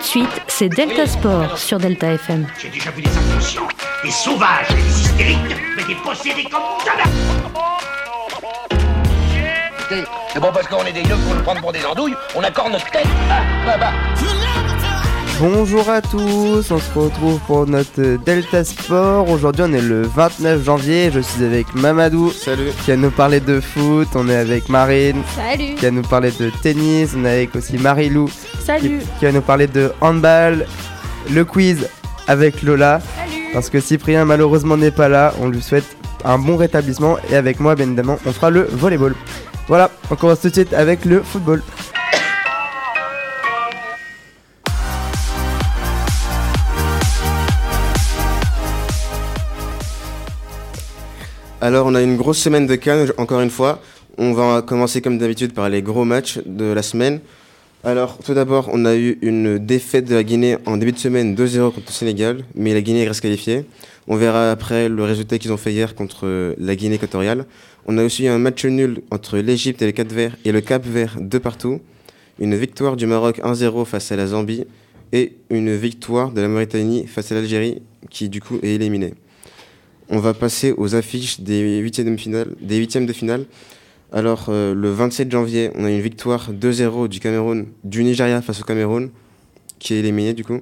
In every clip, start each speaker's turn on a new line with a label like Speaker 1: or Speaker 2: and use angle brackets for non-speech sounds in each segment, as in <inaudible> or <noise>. Speaker 1: suite, c'est Delta Sport sur Delta FM.
Speaker 2: J'ai déjà vu des inconscients, des sauvages, des hystériques, mais des possédés comme jamais.
Speaker 3: Écoutez, C'est bon parce qu'on est des gueux pour nous prendre pour des andouilles, on accorde notre tête. Ah, bah, bah.
Speaker 4: Bonjour à tous, on se retrouve pour notre Delta Sport. Aujourd'hui on est le 29 janvier, je suis avec Mamadou
Speaker 5: Salut.
Speaker 4: qui va nous parler de foot, on est avec Marine
Speaker 6: Salut
Speaker 4: qui va nous parler de tennis, on est avec aussi Marilou qui,
Speaker 6: Salut
Speaker 4: qui va nous parler de handball, le quiz avec Lola
Speaker 6: Salut
Speaker 4: parce que Cyprien malheureusement n'est pas là, on lui souhaite un bon rétablissement et avec moi bien évidemment on fera le volleyball. Voilà, on commence tout de suite avec le football.
Speaker 5: Alors, on a une grosse semaine de Cannes, encore une fois. On va commencer comme d'habitude par les gros matchs de la semaine. Alors, tout d'abord, on a eu une défaite de la Guinée en début de semaine 2-0 contre le Sénégal, mais la Guinée reste qualifiée. On verra après le résultat qu'ils ont fait hier contre euh, la Guinée équatoriale. On a aussi eu un match nul entre l'Égypte et le Cap-Vert et le Cap-Vert de partout. Une victoire du Maroc 1-0 face à la Zambie et une victoire de la Mauritanie face à l'Algérie qui du coup est éliminée. On va passer aux affiches des huitièmes de finale. Des huitièmes de finale. Alors, euh, le 27 janvier, on a une victoire 2-0 du Cameroun, du Nigeria face au Cameroun, qui est éliminé du coup.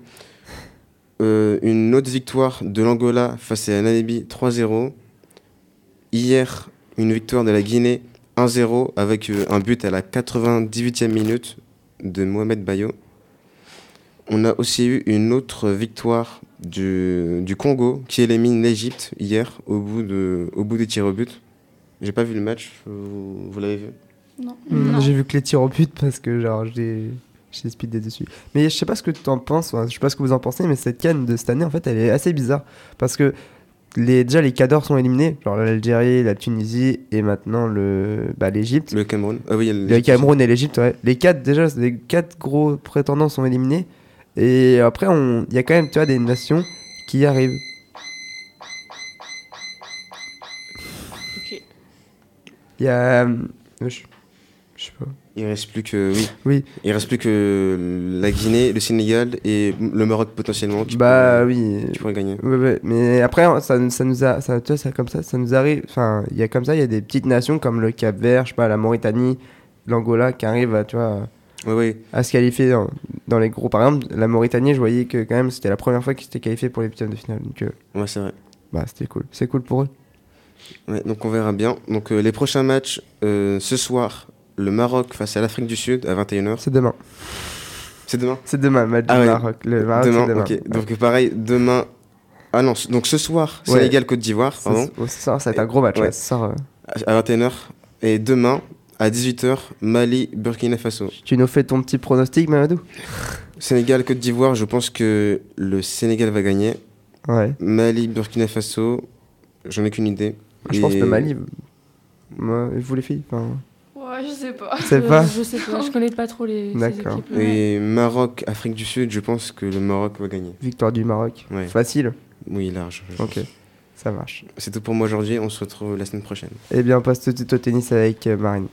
Speaker 5: Euh, une autre victoire de l'Angola face à la Namibie 3-0. Hier, une victoire de la Guinée 1-0 avec euh, un but à la 98e minute de Mohamed Bayo. On a aussi eu une autre victoire du, du Congo qui élimine l'Égypte hier au bout, de, au bout des tirs au but. J'ai pas vu le match, vous, vous l'avez vu
Speaker 6: Non.
Speaker 4: Hmm,
Speaker 6: Non.
Speaker 4: J'ai vu que les tirs au but parce que genre j'ai j'ai speedé dessus. Mais je sais pas ce que tu en penses, enfin, je sais pas ce que vous en pensez, mais cette canne de cette année en fait elle est assez bizarre parce que les déjà les cadors sont éliminés, genre l'Algérie, la Tunisie et maintenant le bah, l'Égypte.
Speaker 5: Le Cameroun Ah oui, il y a
Speaker 4: Le Cameroun et l'Égypte, ouais. Les quatre déjà, les quatre gros prétendants sont éliminés et après on il y a quand même tu vois des nations qui y arrivent.
Speaker 6: Ok.
Speaker 4: Il y a euh, je je sais pas.
Speaker 5: Il reste plus que oui.
Speaker 4: Oui.
Speaker 5: Il reste plus que la Guinée, le Sénégal et le Maroc potentiellement qui
Speaker 4: Bah
Speaker 5: pourraient-
Speaker 4: oui.
Speaker 5: qui pourraient gagner.
Speaker 4: Ouais, ouais, mais après, hein, ça, ça nous a, ça, tu vois, ça, comme ça, ça nous arrive. Enfin, il y a comme ça, il y a des petites nations comme le Cap Vert, je sais pas, la Mauritanie, l'Angola qui arrivent à, tu vois,
Speaker 5: Oui, oui.
Speaker 4: à se qualifier dans, dans les gros. Par exemple, la Mauritanie, je voyais que quand même, c'était la première fois qu'ils s'étaient qualifiés pour les huitièmes de finale. Donc, euh,
Speaker 5: Ouais, c'est vrai.
Speaker 4: bah, c'était cool. C'est cool pour eux.
Speaker 5: Ouais, donc on verra bien. Donc euh, les prochains matchs, euh, ce soir, le Maroc face à l'Afrique du Sud à 21h.
Speaker 4: C'est demain.
Speaker 5: C'est demain
Speaker 4: C'est demain, match du
Speaker 5: Ah ouais.
Speaker 4: Maroc. Le Maroc, c'est
Speaker 5: Demain,
Speaker 4: demain.
Speaker 5: ok.
Speaker 4: Ouais.
Speaker 5: Donc pareil, demain. Ah non, c- donc ce soir,
Speaker 4: Ouais.
Speaker 5: Sénégal-Côte d'Ivoire,
Speaker 4: Ce-
Speaker 5: pardon,
Speaker 4: oh, ce soir, ça va être un gros match.
Speaker 5: Ouais.
Speaker 4: ouais, ce soir, euh,
Speaker 5: à 21h. Et demain, à 18h, Mali-Burkina Faso.
Speaker 4: tu nous fais ton petit pronostic, Mamadou
Speaker 5: Sénégal-Côte d'Ivoire, je pense que le Sénégal va gagner.
Speaker 4: Ouais.
Speaker 5: Mali-Burkina Faso, j'en ai qu'une idée.
Speaker 4: Je pense
Speaker 5: Et-
Speaker 4: que Mali. Moi, vous les filles. enfin,
Speaker 6: Ouais, je sais pas.
Speaker 4: C'est pas.
Speaker 7: Je sais pas, je connais pas trop les. ces
Speaker 4: D'accord.
Speaker 7: équipes.
Speaker 5: Et Maroc, Afrique du Sud, je pense que le Maroc va gagner.
Speaker 4: Victoire du Maroc.
Speaker 5: Ouais.
Speaker 4: Facile.
Speaker 5: Oui, large. je
Speaker 4: Ok,
Speaker 5: pense.
Speaker 4: ça marche.
Speaker 5: C'est tout pour moi aujourd'hui, on se retrouve la semaine prochaine.
Speaker 4: Eh bien, on passe tout de suite au tennis avec euh, Marine.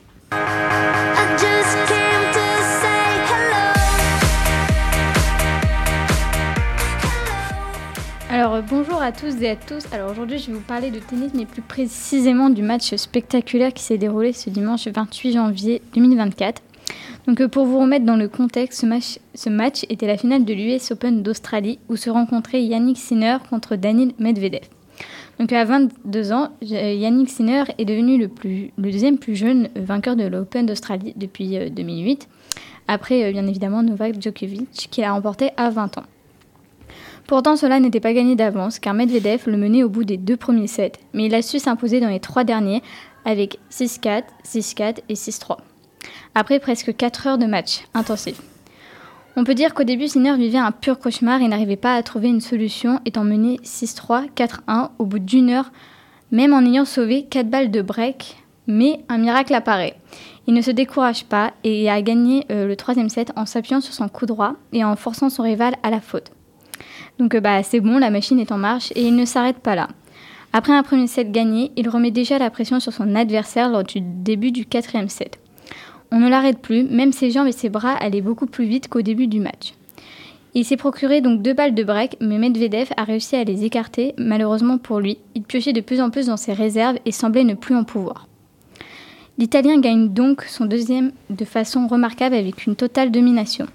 Speaker 6: Alors euh, bonjour à tous et à tous. Alors aujourd'hui je vais vous parler de tennis mais plus précisément du match spectaculaire qui s'est déroulé ce dimanche 28 janvier 2024. Donc euh, pour vous remettre dans le contexte, ce match, ce match était la finale de l'US Open d'Australie où se rencontraient Yannick Sinner contre Daniil Medvedev. Donc à 22 ans, euh, Yannick Sinner est devenu le, plus, le deuxième plus jeune vainqueur de l'Open d'Australie depuis euh, 2008, après euh, bien évidemment Novak Djokovic qui l'a remporté à 20 ans. Pourtant, cela n'était pas gagné d'avance car Medvedev le menait au bout des deux premiers sets, mais il a su s'imposer dans les trois derniers avec 6-4, 6-4 et 6-3. Après presque 4 heures de match intensif. On peut dire qu'au début, Sinner vivait un pur cauchemar et n'arrivait pas à trouver une solution, étant mené 6-3, 4-1 au bout d'une heure, même en ayant sauvé 4 balles de break. Mais un miracle apparaît. Il ne se décourage pas et a gagné euh, le troisième set en s'appuyant sur son coup droit et en forçant son rival à la faute. Donc euh, bah, c'est bon, la machine est en marche et il ne s'arrête pas là. Après un premier set gagné, il remet déjà la pression sur son adversaire lors du début du quatrième set. On ne l'arrête plus, même ses jambes et ses bras allaient beaucoup plus vite qu'au début du match. Il s'est procuré donc deux balles de break, mais Medvedev a réussi à les écarter. Malheureusement pour lui, il piochait de plus en plus dans ses réserves et semblait ne plus en pouvoir. L'Italien gagne donc son deuxième de façon remarquable avec une totale domination.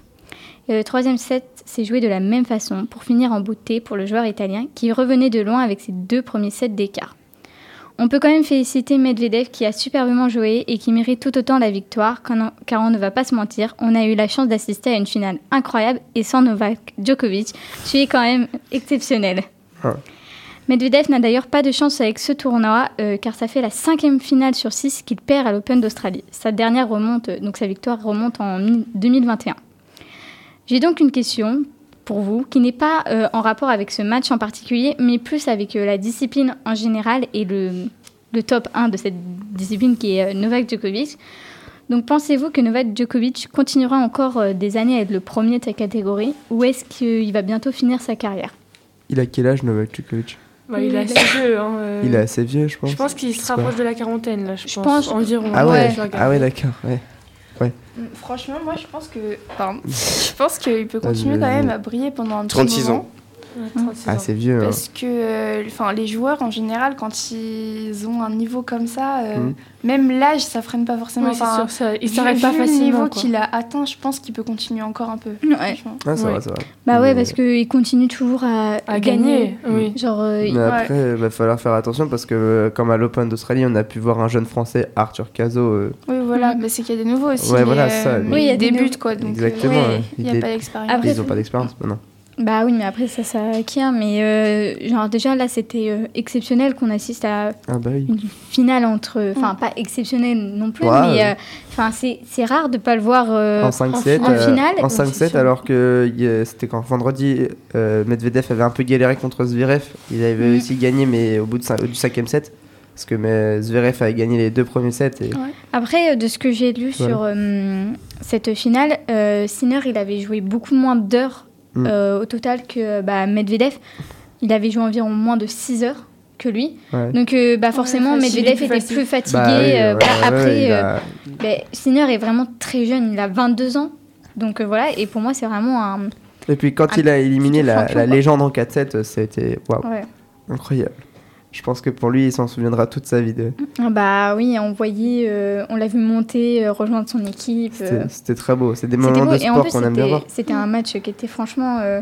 Speaker 6: Et le troisième set s'est joué de la même façon pour finir en beauté pour le joueur italien qui revenait de loin avec ses deux premiers sets d'écart. On peut quand même féliciter Medvedev qui a superbement joué et qui mérite tout autant la victoire, quand on- car on ne va pas se mentir, on a eu la chance d'assister à une finale incroyable et sans Novak Djokovic, tu es quand même exceptionnel.
Speaker 4: Ah.
Speaker 6: Medvedev n'a d'ailleurs pas de chance avec ce tournoi, euh, car ça fait la cinquième finale sur six qu'il perd à l'Open d'Australie. Sa dernière remonte, euh, donc sa victoire remonte en mi- 2021. J'ai donc une question pour vous, qui n'est pas euh, en rapport avec ce match en particulier, mais plus avec euh, la discipline en général et le, le top 1 de cette discipline qui est euh, Novak Djokovic. Donc pensez-vous que Novak Djokovic continuera encore euh, des années à être le premier de sa catégorie ou est-ce qu'il va bientôt finir sa carrière
Speaker 4: Il a quel âge, Novak Djokovic
Speaker 7: Bah,
Speaker 8: Hmm.
Speaker 7: il est assez vieux. Hein, euh,
Speaker 4: Il est assez vieux, je pense.
Speaker 7: Je pense qu'il se
Speaker 4: pas.
Speaker 7: rapproche de la quarantaine, là, je,
Speaker 6: Je
Speaker 7: pense,
Speaker 6: pense-
Speaker 7: environ.
Speaker 4: Ah
Speaker 7: Ouais,
Speaker 4: ouais,
Speaker 7: je regarde.
Speaker 4: ah ouais d'accord. Ouais.
Speaker 8: Mm, Franchement, moi je pense que. Pardon. Je pense qu'il peut
Speaker 4: Vas-y,
Speaker 8: continuer quand
Speaker 4: vas-y.
Speaker 8: même à briller pendant un petit
Speaker 5: 36
Speaker 8: moment, Hmm.
Speaker 5: ans.
Speaker 7: Ouais, 36
Speaker 4: Ah,
Speaker 7: ans.
Speaker 4: c'est vieux. hein.
Speaker 8: Parce que euh, enfin, les joueurs en général, quand ils ont un niveau comme ça, euh,
Speaker 4: Mm.
Speaker 8: même l'âge ça freine pas forcément.
Speaker 7: Ouais, c'est
Speaker 8: Enfin,
Speaker 7: sûr, ça- il
Speaker 8: vu-
Speaker 7: s'arrête pas
Speaker 8: vu le
Speaker 7: facilement.
Speaker 8: niveau
Speaker 7: quoi.
Speaker 8: qu'il a atteint, je pense qu'il peut continuer encore un peu. franchement.
Speaker 4: Ah, ça
Speaker 7: Ouais.
Speaker 4: va, ça va.
Speaker 6: Bah
Speaker 4: Mais-
Speaker 6: ouais, parce qu'il continue toujours à,
Speaker 7: À gagner, oui.
Speaker 6: Genre, euh,
Speaker 4: Mais après, il va falloir faire attention parce que, euh, comme à l'Open d'Australie, on a pu voir un jeune français, Arthur Cazot. euh,
Speaker 8: Oui, voilà,
Speaker 6: Mm.
Speaker 7: Hmm.
Speaker 8: mais c'est qu'il y a des nouveaux aussi.
Speaker 4: Ouais,
Speaker 8: mais,
Speaker 4: voilà,
Speaker 8: euh,
Speaker 4: ça,
Speaker 8: mais
Speaker 4: oui,
Speaker 6: il y a
Speaker 8: ils
Speaker 6: des
Speaker 8: débutent quoi, donc. euh,
Speaker 4: Exactement,
Speaker 8: ouais,
Speaker 4: ouais,
Speaker 8: Il
Speaker 4: il
Speaker 8: n'y a
Speaker 4: dé-
Speaker 8: pas d'expérience.
Speaker 6: Après,
Speaker 4: ils n'ont pas d'expérience maintenant.
Speaker 6: Bah oui, mais après, ça, ça qui hein, Mais euh, genre, déjà, là, c'était euh, exceptionnel qu'on assiste à
Speaker 4: Ah, bah oui.
Speaker 6: une finale
Speaker 7: Mm.
Speaker 6: entre. Enfin, pas exceptionnel non plus,
Speaker 4: Ouais.
Speaker 6: mais. euh, Enfin, c'est- c'est rare de pas le voir. euh,
Speaker 4: en 5-7,
Speaker 6: en
Speaker 4: euh,
Speaker 6: finale,
Speaker 4: en
Speaker 6: on
Speaker 4: 5-7
Speaker 6: s'est-
Speaker 4: alors que il y a- c'était quand vendredi, euh, Medvedev avait un peu galéré contre Zverev. Il avait
Speaker 6: Mhm.
Speaker 4: aussi gagné, mais au bout de cin- du cinquième set. Parce que mais, Zverev avait gagné les deux premiers sets. Et...
Speaker 6: Après, euh, de ce que j'ai lu
Speaker 4: Voilà.
Speaker 6: sur euh, cette finale, euh, Sinner, il avait joué beaucoup moins d'heures
Speaker 4: Mm.
Speaker 6: euh, au total que bah, Medvedev. Il avait joué environ moins de 6 heures que lui.
Speaker 4: Ouais.
Speaker 6: Donc, euh, bah, forcément,
Speaker 7: facile,
Speaker 6: Medvedev
Speaker 7: plus
Speaker 6: était
Speaker 7: facile.
Speaker 6: plus fatigué.
Speaker 4: Bah oui, ouais,
Speaker 6: euh, voilà.
Speaker 4: ouais,
Speaker 6: Après,
Speaker 4: il
Speaker 6: euh,
Speaker 4: a-
Speaker 6: Ben, Sinner est vraiment très jeune, il a 22 ans. Donc euh, voilà, et pour moi, c'est vraiment un.
Speaker 4: Et puis quand
Speaker 6: un
Speaker 4: il a éliminé la,
Speaker 6: champion,
Speaker 4: la
Speaker 6: quoi.
Speaker 4: légende en 4-7, euh, c'était waouh,
Speaker 6: Ouais.
Speaker 4: incroyable. Je pense que pour lui, il s'en souviendra toute sa vie. de-
Speaker 6: Ah Bah oui, on voyait, euh, on l'a vu monter, euh, rejoindre son équipe.
Speaker 4: C'était
Speaker 6: euh,
Speaker 4: c'était très beau. C'est des
Speaker 6: C'était
Speaker 4: moments
Speaker 6: beau,
Speaker 4: de
Speaker 6: et en
Speaker 4: sport
Speaker 6: plus,
Speaker 4: qu'on aime bien
Speaker 6: c'était-
Speaker 4: voir.
Speaker 6: c'était un match qui était franchement euh,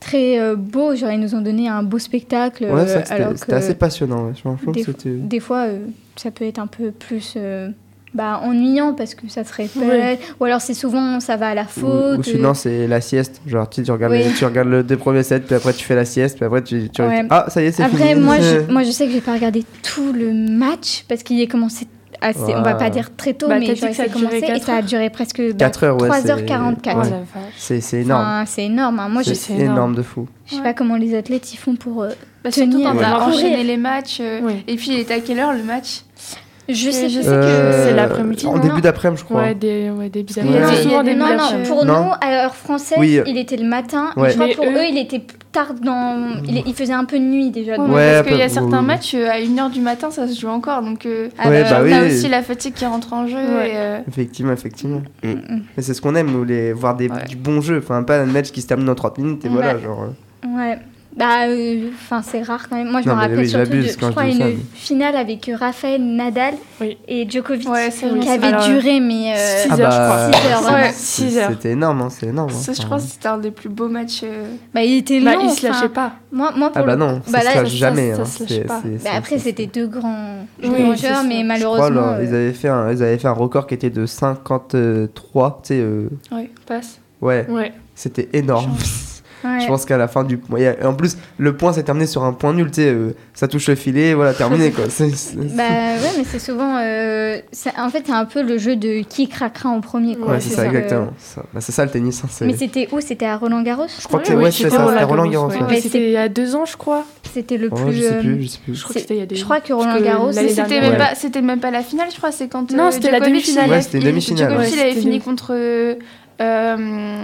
Speaker 6: très euh, beau. Genre, ils nous ont donné un beau spectacle.
Speaker 4: Ouais, c'est
Speaker 6: euh,
Speaker 4: vrai que
Speaker 6: alors
Speaker 4: c'était
Speaker 6: que
Speaker 4: c'était assez passionnant. ouais. Je pense que
Speaker 6: des-
Speaker 4: c'était-
Speaker 6: des fois, euh, ça peut être un peu plus. euh, bah, ennuyant parce que ça se répète,
Speaker 7: Ouais.
Speaker 6: ou alors c'est souvent ça va à la
Speaker 4: Ou- Ou,
Speaker 6: faute. euh.
Speaker 4: sinon, c'est la sieste. Genre, tu, tu regardes,
Speaker 6: Oui.
Speaker 4: les, tu regardes le deux premiers sets, puis après, tu fais la sieste, puis après, tu. tu-
Speaker 6: Ouais.
Speaker 4: Ah, ça y est, c'est fini.
Speaker 6: Après, moi
Speaker 4: <laughs>
Speaker 6: je, moi, je sais que j'ai pas regardé tout le match parce qu'il est commencé assez, on va
Speaker 4: Ouais.
Speaker 6: pas dire très tôt,
Speaker 7: Bah,
Speaker 6: mais genre,
Speaker 7: t'as dit
Speaker 6: il
Speaker 7: que ça a
Speaker 6: s'est
Speaker 7: duré
Speaker 6: commencé et
Speaker 7: quatre
Speaker 6: ça a
Speaker 7: heures.
Speaker 6: duré presque bah,
Speaker 4: 4 heures, ouais.
Speaker 6: 3h44.
Speaker 4: c'est-
Speaker 7: Oh
Speaker 4: ouais.
Speaker 7: la vache.
Speaker 4: C'est c'est énorme.
Speaker 6: Enfin, c'est énorme. hein. Moi, je,
Speaker 4: c'est
Speaker 7: c'est
Speaker 4: c'est
Speaker 7: énorme.
Speaker 4: énorme de fou.
Speaker 6: je sais pas comment les athlètes ils font pour. euh,
Speaker 8: Bah, surtout
Speaker 6: tenir,
Speaker 8: quand
Speaker 6: ouais.
Speaker 8: t'as
Speaker 6: courir.
Speaker 8: enchaîné les matchs. euh,
Speaker 7: Oui.
Speaker 8: Et puis, il était à quelle heure le match
Speaker 6: je sais,
Speaker 8: je
Speaker 6: pas.
Speaker 8: sais que- Euh,
Speaker 7: c'est l'après-midi,
Speaker 4: En
Speaker 6: non
Speaker 4: début d'après-midi, je crois.
Speaker 7: Ouais, des, ouais, des bizarres.
Speaker 4: Ouais.
Speaker 7: Il y a
Speaker 4: Non,
Speaker 7: souvent
Speaker 8: il y a
Speaker 7: des
Speaker 8: des-
Speaker 6: non,
Speaker 8: matchs,
Speaker 7: blagues.
Speaker 6: non, pour
Speaker 4: Non.
Speaker 6: nous, à l'heure française,
Speaker 4: Oui, euh,
Speaker 6: il était le matin.
Speaker 4: ouais.
Speaker 6: Je crois
Speaker 7: Mais
Speaker 6: pour
Speaker 7: eux-
Speaker 6: eux, il était tard dans. Il, il faisait un peu nuit déjà.
Speaker 8: Ouais,
Speaker 6: donc-
Speaker 8: mais
Speaker 4: Ouais, bah,
Speaker 8: parce qu'il y a
Speaker 4: peu-
Speaker 8: certains
Speaker 4: oui.
Speaker 8: matchs euh, à 1h du matin, ça se joue encore. Donc, euh,
Speaker 6: Ah,
Speaker 4: Ouais,
Speaker 8: euh,
Speaker 4: bah
Speaker 8: t'as
Speaker 4: oui.
Speaker 8: aussi la fatigue qui rentre en jeu.
Speaker 7: Ouais.
Speaker 8: Et, euh,
Speaker 4: Effectivement, effectivement.
Speaker 5: Mm.
Speaker 4: Mais c'est ce qu'on aime, nous, les... voir des...
Speaker 8: Ouais.
Speaker 4: du bon jeu. Enfin, pas un match qui se termine en 30 minutes, et
Speaker 6: Ouais.
Speaker 4: voilà, genre. euh,
Speaker 6: Ouais. Bah, euh, enfin, c'est rare quand même. Moi, je
Speaker 4: Non,
Speaker 6: me
Speaker 4: mais
Speaker 6: rappelle
Speaker 4: oui,
Speaker 6: surtout de,
Speaker 4: j'abuse
Speaker 6: je
Speaker 4: quand je
Speaker 6: crois,
Speaker 4: dis
Speaker 6: une
Speaker 4: ça, mais-
Speaker 6: finale avec euh, Raphaël Nadal
Speaker 7: Oui.
Speaker 6: et Djokovic
Speaker 8: Ouais, c'est vrai,
Speaker 6: qui
Speaker 8: c'est
Speaker 6: avait
Speaker 7: vrai.
Speaker 6: duré, mais. euh,
Speaker 7: Six
Speaker 4: Ah bah.
Speaker 7: heures, je crois.
Speaker 6: Six heures,
Speaker 4: c'est-
Speaker 8: ouais.
Speaker 4: c'est-
Speaker 7: Six heures.
Speaker 4: C'était énorme, hein, c'est énorme. hein.
Speaker 8: ça, je
Speaker 4: Enfin,
Speaker 8: crois que c'était un des plus beaux matchs. euh,
Speaker 6: Bah, il était long.
Speaker 7: Bah, il se
Speaker 6: enfin,
Speaker 7: lâchait pas.
Speaker 6: Moi, moi, pour
Speaker 4: Ah bah
Speaker 6: le-
Speaker 4: non, ça
Speaker 6: bah
Speaker 4: se
Speaker 6: là,
Speaker 4: lâche
Speaker 7: ça-
Speaker 4: jamais.
Speaker 7: ça
Speaker 4: hein.
Speaker 7: se lâche
Speaker 4: C'est-
Speaker 7: pas.
Speaker 4: c'est-
Speaker 6: Bah,
Speaker 4: c'est-
Speaker 6: après,
Speaker 4: c'est-
Speaker 6: c'était deux grands,
Speaker 7: Oui,
Speaker 6: grands
Speaker 7: c'est
Speaker 6: joueurs,
Speaker 7: ça.
Speaker 6: mais
Speaker 4: Je crois,
Speaker 6: malheureusement.
Speaker 4: là, hein, ils,
Speaker 6: euh,
Speaker 4: avaient fait un, ils avaient fait un record qui était de 53, tu sais, euh,
Speaker 8: Ouais, passe.
Speaker 4: ouais,
Speaker 7: Ouais.
Speaker 4: c'était énorme.
Speaker 6: ouais.
Speaker 4: Je pense qu'à la fin du point, il y a- en plus, le point s'est terminé sur un point nul, tu sais, euh, ça touche le filet, voilà, terminé quoi. C'est- c'est-
Speaker 6: Bah ouais, mais c'est souvent. euh, ça- en fait, c'est un peu le jeu de qui craquera en premier.
Speaker 4: ouais,
Speaker 6: quoi.
Speaker 4: c'est
Speaker 6: C'est
Speaker 4: ça,
Speaker 6: que-
Speaker 4: exactement. Ça- bah, c'est ça le tennis. hein, c'est-
Speaker 6: Mais c'était où C'était à Roland Garros
Speaker 4: je crois que c'est
Speaker 7: Ouais,
Speaker 4: ouais,
Speaker 7: oui,
Speaker 4: c'est
Speaker 7: c'était
Speaker 4: ça, c'était
Speaker 7: Roland
Speaker 4: Roland Garros.
Speaker 7: Ouais,
Speaker 4: ouais.
Speaker 7: mais C'était il y a deux ans, je crois.
Speaker 6: C'était le
Speaker 4: Oh,
Speaker 6: plus.
Speaker 4: je sais
Speaker 6: euh,
Speaker 4: plus, je sais plus.
Speaker 7: Je crois que c'était il y a des
Speaker 6: je crois que Roland
Speaker 7: que
Speaker 6: Garros.
Speaker 7: l'année
Speaker 6: c'était-
Speaker 8: C'était
Speaker 7: dernière.
Speaker 8: même,
Speaker 4: Ouais.
Speaker 8: pas- c'était même pas la finale, je crois. C'est quand. euh,
Speaker 7: Non, c'était la
Speaker 8: Djokovic, il a-
Speaker 7: demi-finale.
Speaker 4: Ouais, c'était une
Speaker 8: il-
Speaker 4: demi-finale.
Speaker 8: Djokovic,
Speaker 7: Ouais,
Speaker 8: il avait
Speaker 7: c'était
Speaker 8: fini
Speaker 7: une-
Speaker 8: contre euh, euh,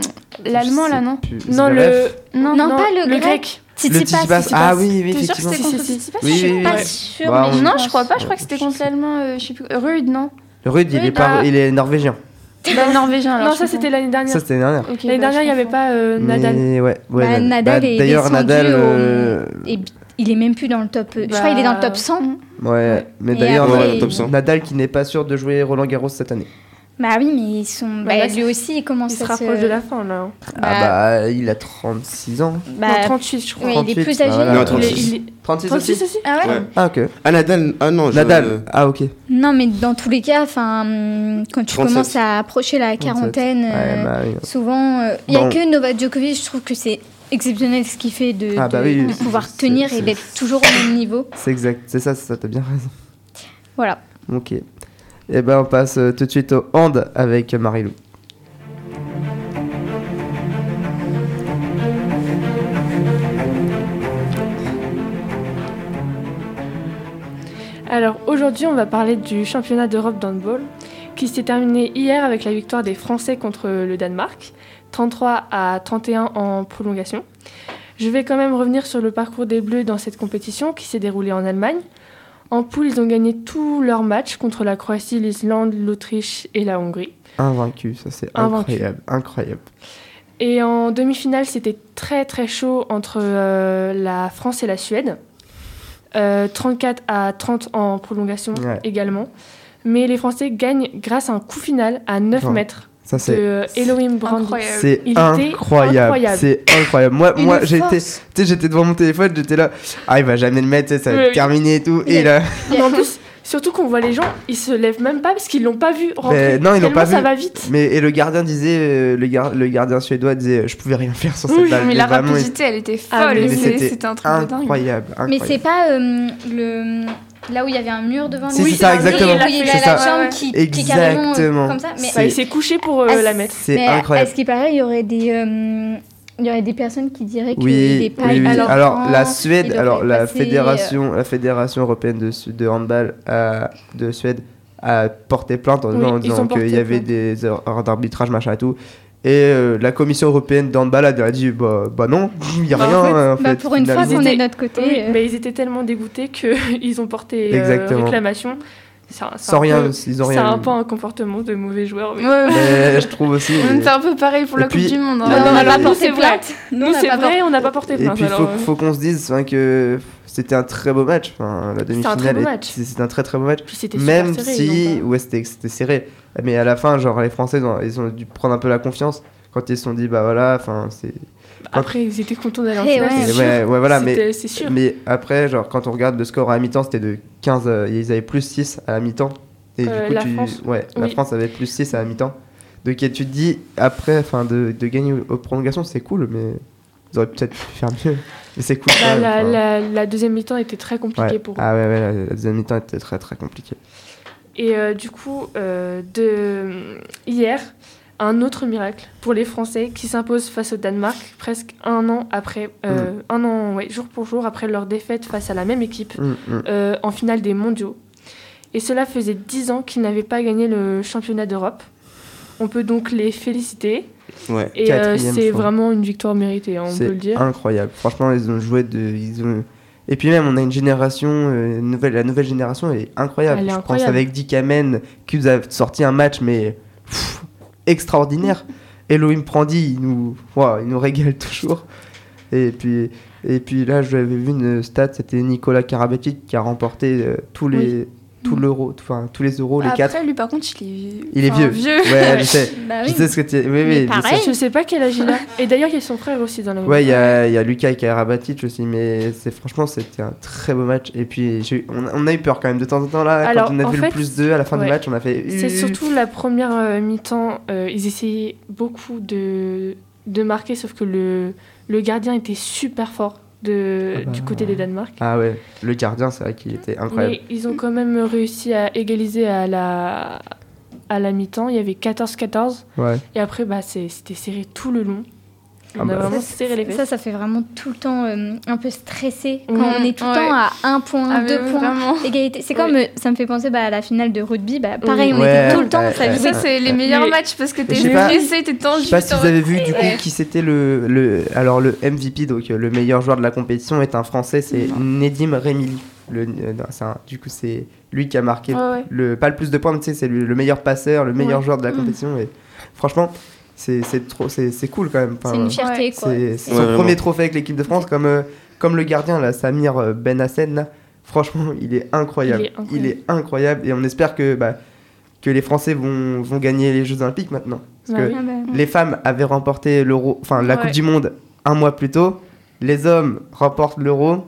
Speaker 8: l'Allemand, là, non
Speaker 4: Je sais plus.
Speaker 7: Non, le.
Speaker 4: Zverev.
Speaker 8: Non,
Speaker 6: Non, pas le,
Speaker 7: le
Speaker 6: grec.
Speaker 4: Le Tsitsipas. Ah oui, oui,
Speaker 8: T'es sûr que
Speaker 4: effectivement.
Speaker 8: c'était
Speaker 7: Si,
Speaker 8: contre
Speaker 7: si, si.
Speaker 8: Tsitsipas
Speaker 4: Oui,
Speaker 6: Je suis
Speaker 4: oui,
Speaker 6: pas
Speaker 4: oui.
Speaker 6: sûre.
Speaker 4: Bah,
Speaker 6: mais
Speaker 4: on-
Speaker 8: Non, je crois pas. Je crois que c'était
Speaker 4: Ouais,
Speaker 8: contre l'allemand, euh, je sais plus. Rude, non
Speaker 4: Le Rude, il est,
Speaker 8: Rude,
Speaker 4: pas...
Speaker 8: ah.
Speaker 4: il est norvégien.
Speaker 8: C'est pas le norvégien alors.
Speaker 7: Non,
Speaker 8: je
Speaker 7: ça
Speaker 8: comprends.
Speaker 7: c'était l'année dernière.
Speaker 4: Ça, c'était l'année dernière.
Speaker 8: Ok,
Speaker 7: L'année
Speaker 8: bah,
Speaker 7: dernière, il
Speaker 8: je
Speaker 7: n'y avait
Speaker 8: comprends.
Speaker 7: pas euh, Nadal.
Speaker 4: Mais ouais, ouais,
Speaker 6: Bah,
Speaker 4: Nad-
Speaker 6: Nadal
Speaker 4: bah,
Speaker 6: est
Speaker 4: D'ailleurs,
Speaker 6: descendu
Speaker 4: Nadal.
Speaker 6: au-
Speaker 4: euh,
Speaker 6: Et il est même plus dans le top. euh, Je crois
Speaker 7: Bah,
Speaker 6: qu'il est dans le top 100.
Speaker 4: Ouais, mais
Speaker 6: Et
Speaker 4: d'ailleurs,
Speaker 6: après,
Speaker 4: euh,
Speaker 5: Ouais, le top 100.
Speaker 4: Nadal qui n'est pas sûr de jouer Roland Garros cette année.
Speaker 6: Bah oui, mais ils sont.
Speaker 7: Bah,
Speaker 6: bah,
Speaker 7: là,
Speaker 6: lui aussi, il
Speaker 7: Il
Speaker 6: commence
Speaker 7: se
Speaker 6: à
Speaker 7: rapproche de la fin là. hein.
Speaker 6: Bah,
Speaker 4: Ah bah, il a 36 ans.
Speaker 6: bah,
Speaker 7: Non, 38, je crois.
Speaker 6: ouais, il
Speaker 4: 38,
Speaker 6: est plus âgé.
Speaker 4: bah voilà.
Speaker 5: Non,
Speaker 7: Il est-
Speaker 5: 36.
Speaker 7: il est-
Speaker 4: 36,
Speaker 7: 36 aussi
Speaker 8: Ah ouais,
Speaker 5: Ouais.
Speaker 4: Ah, ok.
Speaker 5: Ah, Nadal. Ah non, je-
Speaker 4: Nadal. Ah, ok.
Speaker 6: Non, mais dans tous les cas, enfin, hum, quand tu
Speaker 5: 37.
Speaker 6: commences à approcher la quarantaine,
Speaker 4: Ouais,
Speaker 6: euh,
Speaker 4: bah oui.
Speaker 6: souvent, euh, il y n'y a
Speaker 4: Bon.
Speaker 6: que Novak Djokovic. Je trouve que c'est exceptionnel ce qu'il fait de,
Speaker 4: Ah bah
Speaker 6: de-
Speaker 4: oui,
Speaker 6: de
Speaker 4: c'est-
Speaker 6: pouvoir
Speaker 4: c'est-
Speaker 6: tenir
Speaker 4: c'est-
Speaker 6: et d'être toujours au même niveau.
Speaker 4: C'est exact. C'est ça, c'est ça, t'as bien raison.
Speaker 6: Voilà.
Speaker 4: Ok. Et ben, on passe euh, tout de suite au hand avec Marilou.
Speaker 7: Alors aujourd'hui, on va parler du championnat d'Europe d'handball qui s'est terminé hier avec la victoire des Français contre le Danemark, 33 à 31 en prolongation. Je vais quand même revenir sur le parcours des Bleus dans cette compétition qui s'est déroulée en Allemagne. En poule, ils ont gagné tous leurs matchs contre la Croatie, l'Islande, l'Autriche et la Hongrie.
Speaker 4: Invaincu, ça c'est
Speaker 7: Invaincu.
Speaker 4: incroyable. Incroyable.
Speaker 7: Et en demi-finale, c'était très très chaud entre euh, la France et la Suède. Euh, 34 à 30 en prolongation
Speaker 4: Ouais.
Speaker 7: également. Mais les Français gagnent grâce à un coup final à 9
Speaker 4: Ouais.
Speaker 7: mètres
Speaker 4: Ça
Speaker 7: de
Speaker 4: c'est.
Speaker 7: euh, Elohim Brandy.
Speaker 8: incroyable.
Speaker 4: C'est
Speaker 7: Il était
Speaker 4: incroyable,
Speaker 7: incroyable.
Speaker 4: c'est incroyable. Moi,
Speaker 6: Une
Speaker 4: moi j'étais, tu
Speaker 6: force.
Speaker 4: sais, j'étais devant mon téléphone, j'étais là, ah il va jamais le mettre, tu sais, ça va
Speaker 7: Oui,
Speaker 4: être
Speaker 7: oui.
Speaker 4: terminé et tout. Et
Speaker 6: a-
Speaker 4: là, <laughs>
Speaker 7: Mais en plus, surtout qu'on voit les gens, ils se lèvent même pas parce qu'ils l'ont pas vu rentrer.
Speaker 4: Mais non, ils l'ont
Speaker 7: Tellement
Speaker 4: pas
Speaker 7: ça
Speaker 4: vu.
Speaker 7: va vite.
Speaker 4: Mais et le gardien disait, euh, le, gar- le gardien suédois disait, euh, je pouvais rien faire sur cette
Speaker 7: Oui,
Speaker 4: balle.
Speaker 8: Mais la
Speaker 4: vraiment,
Speaker 8: rapidité, elle était
Speaker 7: Ah,
Speaker 8: folle.
Speaker 7: mais
Speaker 8: c'est-
Speaker 4: c'était
Speaker 8: C'était un truc de dingue.
Speaker 4: incroyable, incroyable.
Speaker 6: Mais c'est pas euh, le là où il y avait un mur devant
Speaker 4: Si,
Speaker 6: lui.
Speaker 4: c'est ça,
Speaker 6: et
Speaker 4: exactement.
Speaker 6: où il a
Speaker 4: C'est
Speaker 6: la
Speaker 4: ça.
Speaker 6: jambe
Speaker 8: Ouais,
Speaker 6: qui, qui est carrément euh,
Speaker 4: Exactement.
Speaker 6: comme ça. Mais
Speaker 7: Bah, il s'est couché pour euh,
Speaker 6: Ah,
Speaker 7: la mettre.
Speaker 4: C'est
Speaker 6: Mais
Speaker 4: incroyable.
Speaker 6: À ce qui paraît, il y aurait des, euh, il y aurait des personnes qui diraient qu'il
Speaker 4: Oui,
Speaker 6: n'est pas
Speaker 4: oui, oui.
Speaker 6: alors,
Speaker 4: Alors la
Speaker 6: France,
Speaker 4: Suède,
Speaker 6: il
Speaker 4: alors
Speaker 6: devrait
Speaker 4: la
Speaker 7: euh,
Speaker 6: passer,
Speaker 4: fédération, la fédération européenne de, su- de handball à- de Suède a porté plainte en
Speaker 7: Oui,
Speaker 4: disant- en
Speaker 7: ils ont
Speaker 4: disant qu'il
Speaker 7: porté
Speaker 4: y avait
Speaker 7: plainte.
Speaker 4: des erreurs d'arbitrage machin et tout. Et euh, la commission européenne d'handball a dit bah, bah non, il n'y a
Speaker 7: Bah, en
Speaker 4: rien.
Speaker 7: fait,
Speaker 4: hein, en
Speaker 6: bah,
Speaker 4: fait,
Speaker 6: pour une fois
Speaker 4: finalement.
Speaker 6: qu'on est
Speaker 7: C'était-
Speaker 6: de notre côté.
Speaker 7: Oui,
Speaker 6: euh,
Speaker 7: mais ils étaient tellement dégoûtés <laughs> qu'ils ont porté euh,
Speaker 4: Exactement.
Speaker 7: réclamation. C'est un- c'est
Speaker 4: sans
Speaker 7: un
Speaker 4: rien,
Speaker 7: peu-
Speaker 4: ils ont
Speaker 7: C'est un
Speaker 4: rien.
Speaker 7: peu un comportement de mauvais joueur. mais-
Speaker 8: Ouais, ouais.
Speaker 4: Mais je trouve
Speaker 7: <laughs>
Speaker 4: aussi.
Speaker 8: On
Speaker 4: mais-
Speaker 8: était un peu pareil pour
Speaker 4: Euh, Et
Speaker 8: la Coupe
Speaker 4: puis-
Speaker 8: du Monde.
Speaker 4: Non,
Speaker 8: hein.
Speaker 4: non,
Speaker 8: Ouais.
Speaker 4: on l'a
Speaker 6: porté plainte.
Speaker 7: Nous, c'est vrai, on n'a pas porté
Speaker 4: Et
Speaker 7: plainte.
Speaker 4: puis il
Speaker 7: alors,
Speaker 4: faut,
Speaker 7: euh,
Speaker 4: faut qu'on se dise enfin, que c'était un très beau match. Enfin, la
Speaker 7: un très
Speaker 4: demi-finale,
Speaker 7: beau
Speaker 4: est-
Speaker 7: match.
Speaker 4: c'est- c'est un très très beau match.
Speaker 7: puis c'était hein. super
Speaker 4: Même
Speaker 7: serré,
Speaker 4: si,
Speaker 7: ils ont
Speaker 4: ouais, c'était c'était serré. Mais à la fin, genre les Français, ils ont- ils ont dû prendre un peu la confiance quand ils se sont dit, bah voilà, enfin c'est.
Speaker 7: pas- Après, ils étaient contents d'aller en
Speaker 6: Eh
Speaker 7: finale,
Speaker 6: ouais.
Speaker 7: c'est
Speaker 4: Ouais,
Speaker 7: sûr.
Speaker 4: ouais, voilà, mais
Speaker 7: C'était- C'est sûr.
Speaker 4: mais après, genre quand on regarde le score à la mi-temps, c'était de 15, euh, ils avaient plus 6 à la mi-temps. Et
Speaker 7: Euh,
Speaker 4: du coup,
Speaker 7: la
Speaker 4: tu-
Speaker 7: France.
Speaker 4: ouais, la
Speaker 7: Oui.
Speaker 4: France avait plus 6 à la mi-temps. Donc et tu te dis, après, enfin de, de gagner aux aux prolongations, c'est cool, mais ils auraient peut-être pu faire mieux. Mais c'est cool.
Speaker 7: Bah,
Speaker 4: quand même,
Speaker 7: la,
Speaker 4: enfin.
Speaker 7: la- la deuxième mi-temps était très compliquée
Speaker 4: Ouais.
Speaker 7: pour eux.
Speaker 4: Ah ouais, ouais, la, la deuxième mi-temps était très très compliquée.
Speaker 7: Et euh, du coup, euh, de... hier, un autre miracle pour les Français qui s'imposent face au Danemark presque un an après, euh, un an, ouais, jour pour jour après leur défaite face à la même équipe
Speaker 4: Mm, mm.
Speaker 7: euh, en finale des mondiaux. Et cela faisait 10 ans qu'ils n'avaient pas gagné le championnat d'Europe. On peut donc les féliciter.
Speaker 5: Ouais.
Speaker 7: Et euh,
Speaker 4: Quatrième
Speaker 7: c'est
Speaker 4: fois.
Speaker 7: vraiment une victoire méritée, hein, on peut le
Speaker 4: C'est
Speaker 7: dire.
Speaker 4: incroyable. Franchement, ils ont joué de. Ils ont... Et puis même, on a une génération, euh, une nouvelle, la nouvelle génération elle est incroyable.
Speaker 7: Elle est
Speaker 4: Je pense
Speaker 7: incroyable.
Speaker 4: avec Dick Amen, qui nous a sorti un match, mais pff,
Speaker 7: <laughs>
Speaker 4: extraordinaire. Elohim Prandi, il nous, waouh, il nous régale toujours. Et puis, et puis là, j'avais vu une stat, c'était Nicolas Karabatic qui a remporté euh, tous les, tout
Speaker 7: Mm.
Speaker 4: l'euro, enfin tous les euros, les quatre.
Speaker 8: Après, lui, par contre, il est vieux.
Speaker 4: Il est
Speaker 8: Enfin,
Speaker 4: vieux.
Speaker 7: <laughs>
Speaker 4: Ouais, je sais.
Speaker 7: Ah
Speaker 6: bah
Speaker 4: Je
Speaker 6: oui.
Speaker 4: sais ce que tu. Oui, oui, je
Speaker 6: Mais
Speaker 4: sais.
Speaker 6: pareil.
Speaker 7: Je sais pas quel âge il a. Et d'ailleurs, il y a son frère aussi dans la
Speaker 4: Ouais, il y a, il y a Lucas et Karabatic aussi, mais c'est franchement c'était un très beau match. Et puis j'ai eu- on, a- on a eu peur quand même de temps en temps là,
Speaker 7: Alors,
Speaker 4: quand on a
Speaker 7: en
Speaker 4: vu le
Speaker 7: fait,
Speaker 4: plus 2 à la fin du
Speaker 7: ouais.
Speaker 4: match, on a fait.
Speaker 7: C'est
Speaker 4: Hu-
Speaker 7: surtout la première euh, mi-temps. euh, ils essayaient beaucoup de, de marquer, sauf que le, le gardien était super fort de,
Speaker 4: Ah bah.
Speaker 7: du côté des Danemark.
Speaker 4: Ah ouais, le gardien, c'est vrai qu'il était incroyable.
Speaker 7: Mais ils ont quand même réussi à égaliser à la, à la mi-temps. Il y avait 14-14.
Speaker 4: Ouais.
Speaker 7: Et après, bah, c'est- c'était serré tout le long. On
Speaker 4: Ah bah.
Speaker 7: a vraiment
Speaker 6: Ça,
Speaker 7: serré les
Speaker 6: Ça,
Speaker 7: fesses.
Speaker 6: ça fait vraiment tout le temps euh, un peu stressé quand
Speaker 7: Oui.
Speaker 6: on est tout le
Speaker 8: Ouais.
Speaker 6: temps à 1 point,
Speaker 8: Ah, mais
Speaker 6: 2 points.
Speaker 8: vraiment.
Speaker 6: Égalité. C'est
Speaker 7: Oui.
Speaker 6: comme, euh, ça me fait penser bah, à la finale de rugby. Bah, pareil, on
Speaker 4: Ouais,
Speaker 6: était tout le temps,
Speaker 4: ouais,
Speaker 6: ça
Speaker 4: ouais.
Speaker 6: jouait.
Speaker 8: Ça, c'est les meilleurs
Speaker 7: Mais-
Speaker 8: matchs parce que t'es
Speaker 4: Je sais pas-
Speaker 8: stressé, t'es tendu.
Speaker 4: Je sais pas si vous avez vu du coup
Speaker 6: Ouais.
Speaker 4: qui c'était le, le alors le MVP donc euh, le meilleur joueur de la compétition est un français c'est Nedim Remili le, euh, non, c'est un- du coup, c'est lui qui a marqué
Speaker 7: Ouais, ouais.
Speaker 4: le, pas le plus de points, mais tu sais, c'est le, le meilleur passeur, le meilleur
Speaker 7: Ouais. Mm.
Speaker 4: joueur de la compétition. Et franchement, c'est c'est trop, c'est c'est cool quand même. Enfin,
Speaker 6: C'est une fierté, quoi.
Speaker 4: c'est c'est
Speaker 5: Ouais,
Speaker 4: son
Speaker 5: vraiment.
Speaker 4: premier trophée avec l'équipe de France, comme, euh, comme le gardien, là, Samir euh, Ben Hassen. là. Franchement, il est incroyable.
Speaker 7: Il est incroyable.
Speaker 4: Il est incroyable. Et on espère que, bah, que les Français vont, vont gagner les Jeux Olympiques maintenant. Parce
Speaker 7: Bah
Speaker 4: que
Speaker 7: oui.
Speaker 6: Ah bah,
Speaker 4: les femmes avaient remporté l'euro, enfin la
Speaker 7: Ouais.
Speaker 4: Coupe du Monde un mois plus tôt. Les hommes remportent l'euro.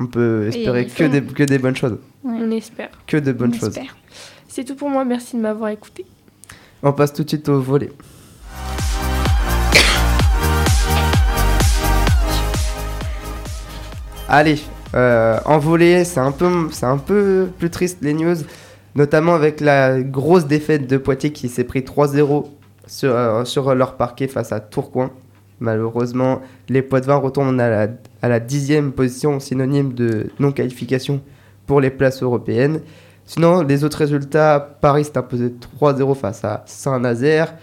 Speaker 4: On peut espérer
Speaker 6: ils
Speaker 4: que
Speaker 6: font-
Speaker 4: des, que des bonnes choses.
Speaker 7: On espère.
Speaker 4: Que de bonnes
Speaker 6: on
Speaker 4: choses.
Speaker 6: espère.
Speaker 7: C'est tout pour moi, merci de m'avoir écouté.
Speaker 4: On passe tout de suite au volet. Allez, euh, en volet, c'est un, peu, c'est un peu plus triste les news, notamment avec la grosse défaite de Poitiers qui s'est pris 3-0 sur, euh, sur leur parquet face à Tourcoing. Malheureusement, les Poitevins retournent à la, à la dixième position, synonyme de non-qualification pour les places européennes. Sinon, les autres résultats, Paris s'est imposé 3-0 face à Saint-Nazaire.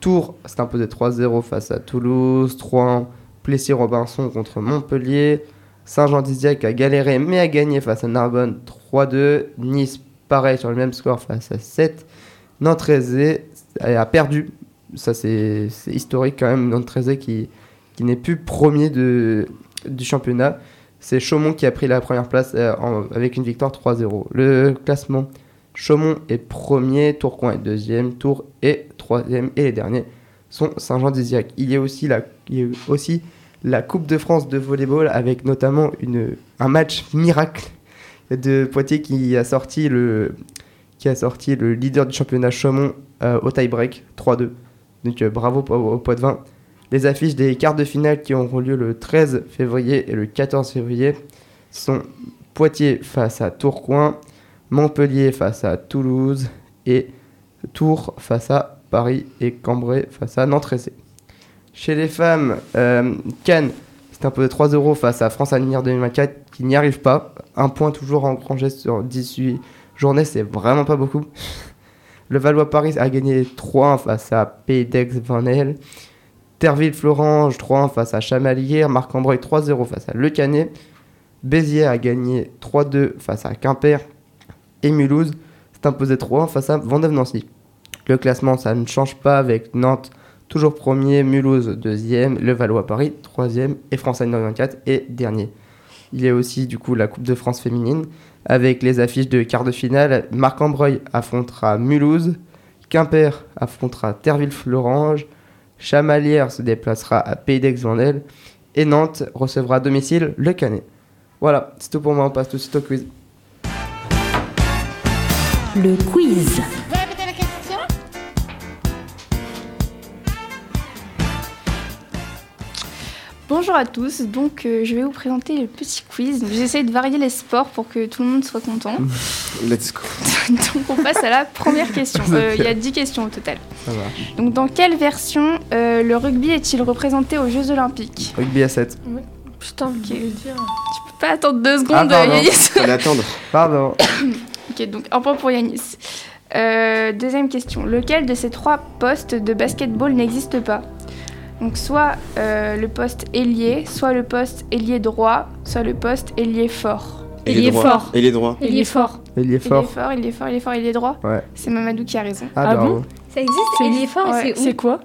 Speaker 4: Tours s'est imposé 3-0 face à Toulouse. 3 Plessis-Robinson contre Montpellier. Saint-Jean-Diziac a galéré mais a gagné face à Narbonne 3-2. Nice, pareil, sur le même score face à 7. Nantes 13 a perdu. Ça, c'est c'est historique quand même. Nantes 13 qui, qui n'est plus premier de, du championnat. C'est Chaumont qui a pris la première place euh, en- avec une victoire 3-0. Le classement, Chaumont est premier, Tourcoing est deuxième, Tours est troisième et les derniers sont Saint-Jean-Diziac. Il y a aussi la, il y a eu aussi la Coupe de France de volleyball avec notamment une, un match miracle de Poitiers qui a sorti le, qui a sorti le leader du championnat Chaumont euh, au tie-break 3-2. Donc euh, bravo au, au Poitvin les affiches des quarts de finale qui auront lieu le 13 février et le 14 février sont Poitiers face à Tourcoing, Montpellier face à Toulouse et Tours face à Paris et Cambrai face à Nantes. SC. Chez les femmes, euh, Cannes c'est un peu de 3 euros face à France Avenir 2024 qui n'y arrive pas. Un point toujours engrangé sur 18 journées, c'est vraiment pas beaucoup. <laughs> Le Valois Paris a gagné 3-1 face à Pays Vanel. Terville-Florange 3-1 face à Chamalières, Marc-Ambroy 3-0 face à Le Canet, Béziers a gagné 3-2 face à Quimper et Mulhouse s'est imposé 3-1 face à Vendôme-Nancy. Le classement, ça ne change pas avec Nantes toujours premier, Mulhouse deuxième, Le Valois-Paris troisième et France Anne 24 est dernier. Il y a aussi du coup la Coupe de France féminine avec les affiches de quart de finale. Marc-Ambroy affrontera Mulhouse, Quimper affrontera Terville-Florange, Chamalières se déplacera à Pays d'Aix-Vendel et Nantes recevra à domicile le Canet. Voilà, c'est tout pour moi, on passe tout de suite au quiz.
Speaker 1: Le quiz.
Speaker 8: Bonjour à tous, donc euh, je vais vous présenter le petit quiz. Donc, J'essaie de varier les sports pour que tout le monde soit content.
Speaker 5: Let's go.
Speaker 8: <laughs> donc on passe à la
Speaker 4: <laughs>
Speaker 8: première question. Euh, Il y a 10 questions au total.
Speaker 4: Ça marche.
Speaker 8: Donc dans quelle version euh, le rugby est-il représenté aux Jeux Olympiques
Speaker 4: Rugby à 7.
Speaker 7: Putain, qu'est-ce que je veux dire
Speaker 8: Tu peux pas attendre deux
Speaker 4: Ah,
Speaker 8: secondes, euh,
Speaker 4: pardon.
Speaker 8: Yanis. <laughs>
Speaker 6: <laughs>
Speaker 5: Fallait attendre.
Speaker 4: Pardon.
Speaker 8: ok, donc un point pour Yanis. Euh, deuxième question. Lequel de ces trois postes de basketball n'existe pas Donc soit euh, le poste ailier, soit le poste ailier droit, soit le poste ailier fort.
Speaker 6: Il est
Speaker 5: droit.
Speaker 6: fort.
Speaker 5: Et les droits.
Speaker 6: Il est fort.
Speaker 4: Il est
Speaker 8: Ailier
Speaker 4: fort.
Speaker 8: fort, ailier fort, ailier fort, ailier droit.
Speaker 4: Ouais.
Speaker 8: C'est Mamadou qui a raison.
Speaker 4: Ah,
Speaker 7: Ah
Speaker 4: bravo.
Speaker 6: Ça existe hein
Speaker 7: C'est-
Speaker 6: Il est fort,
Speaker 8: ouais,
Speaker 6: Ah, c'est
Speaker 7: C'est
Speaker 6: où
Speaker 7: quoi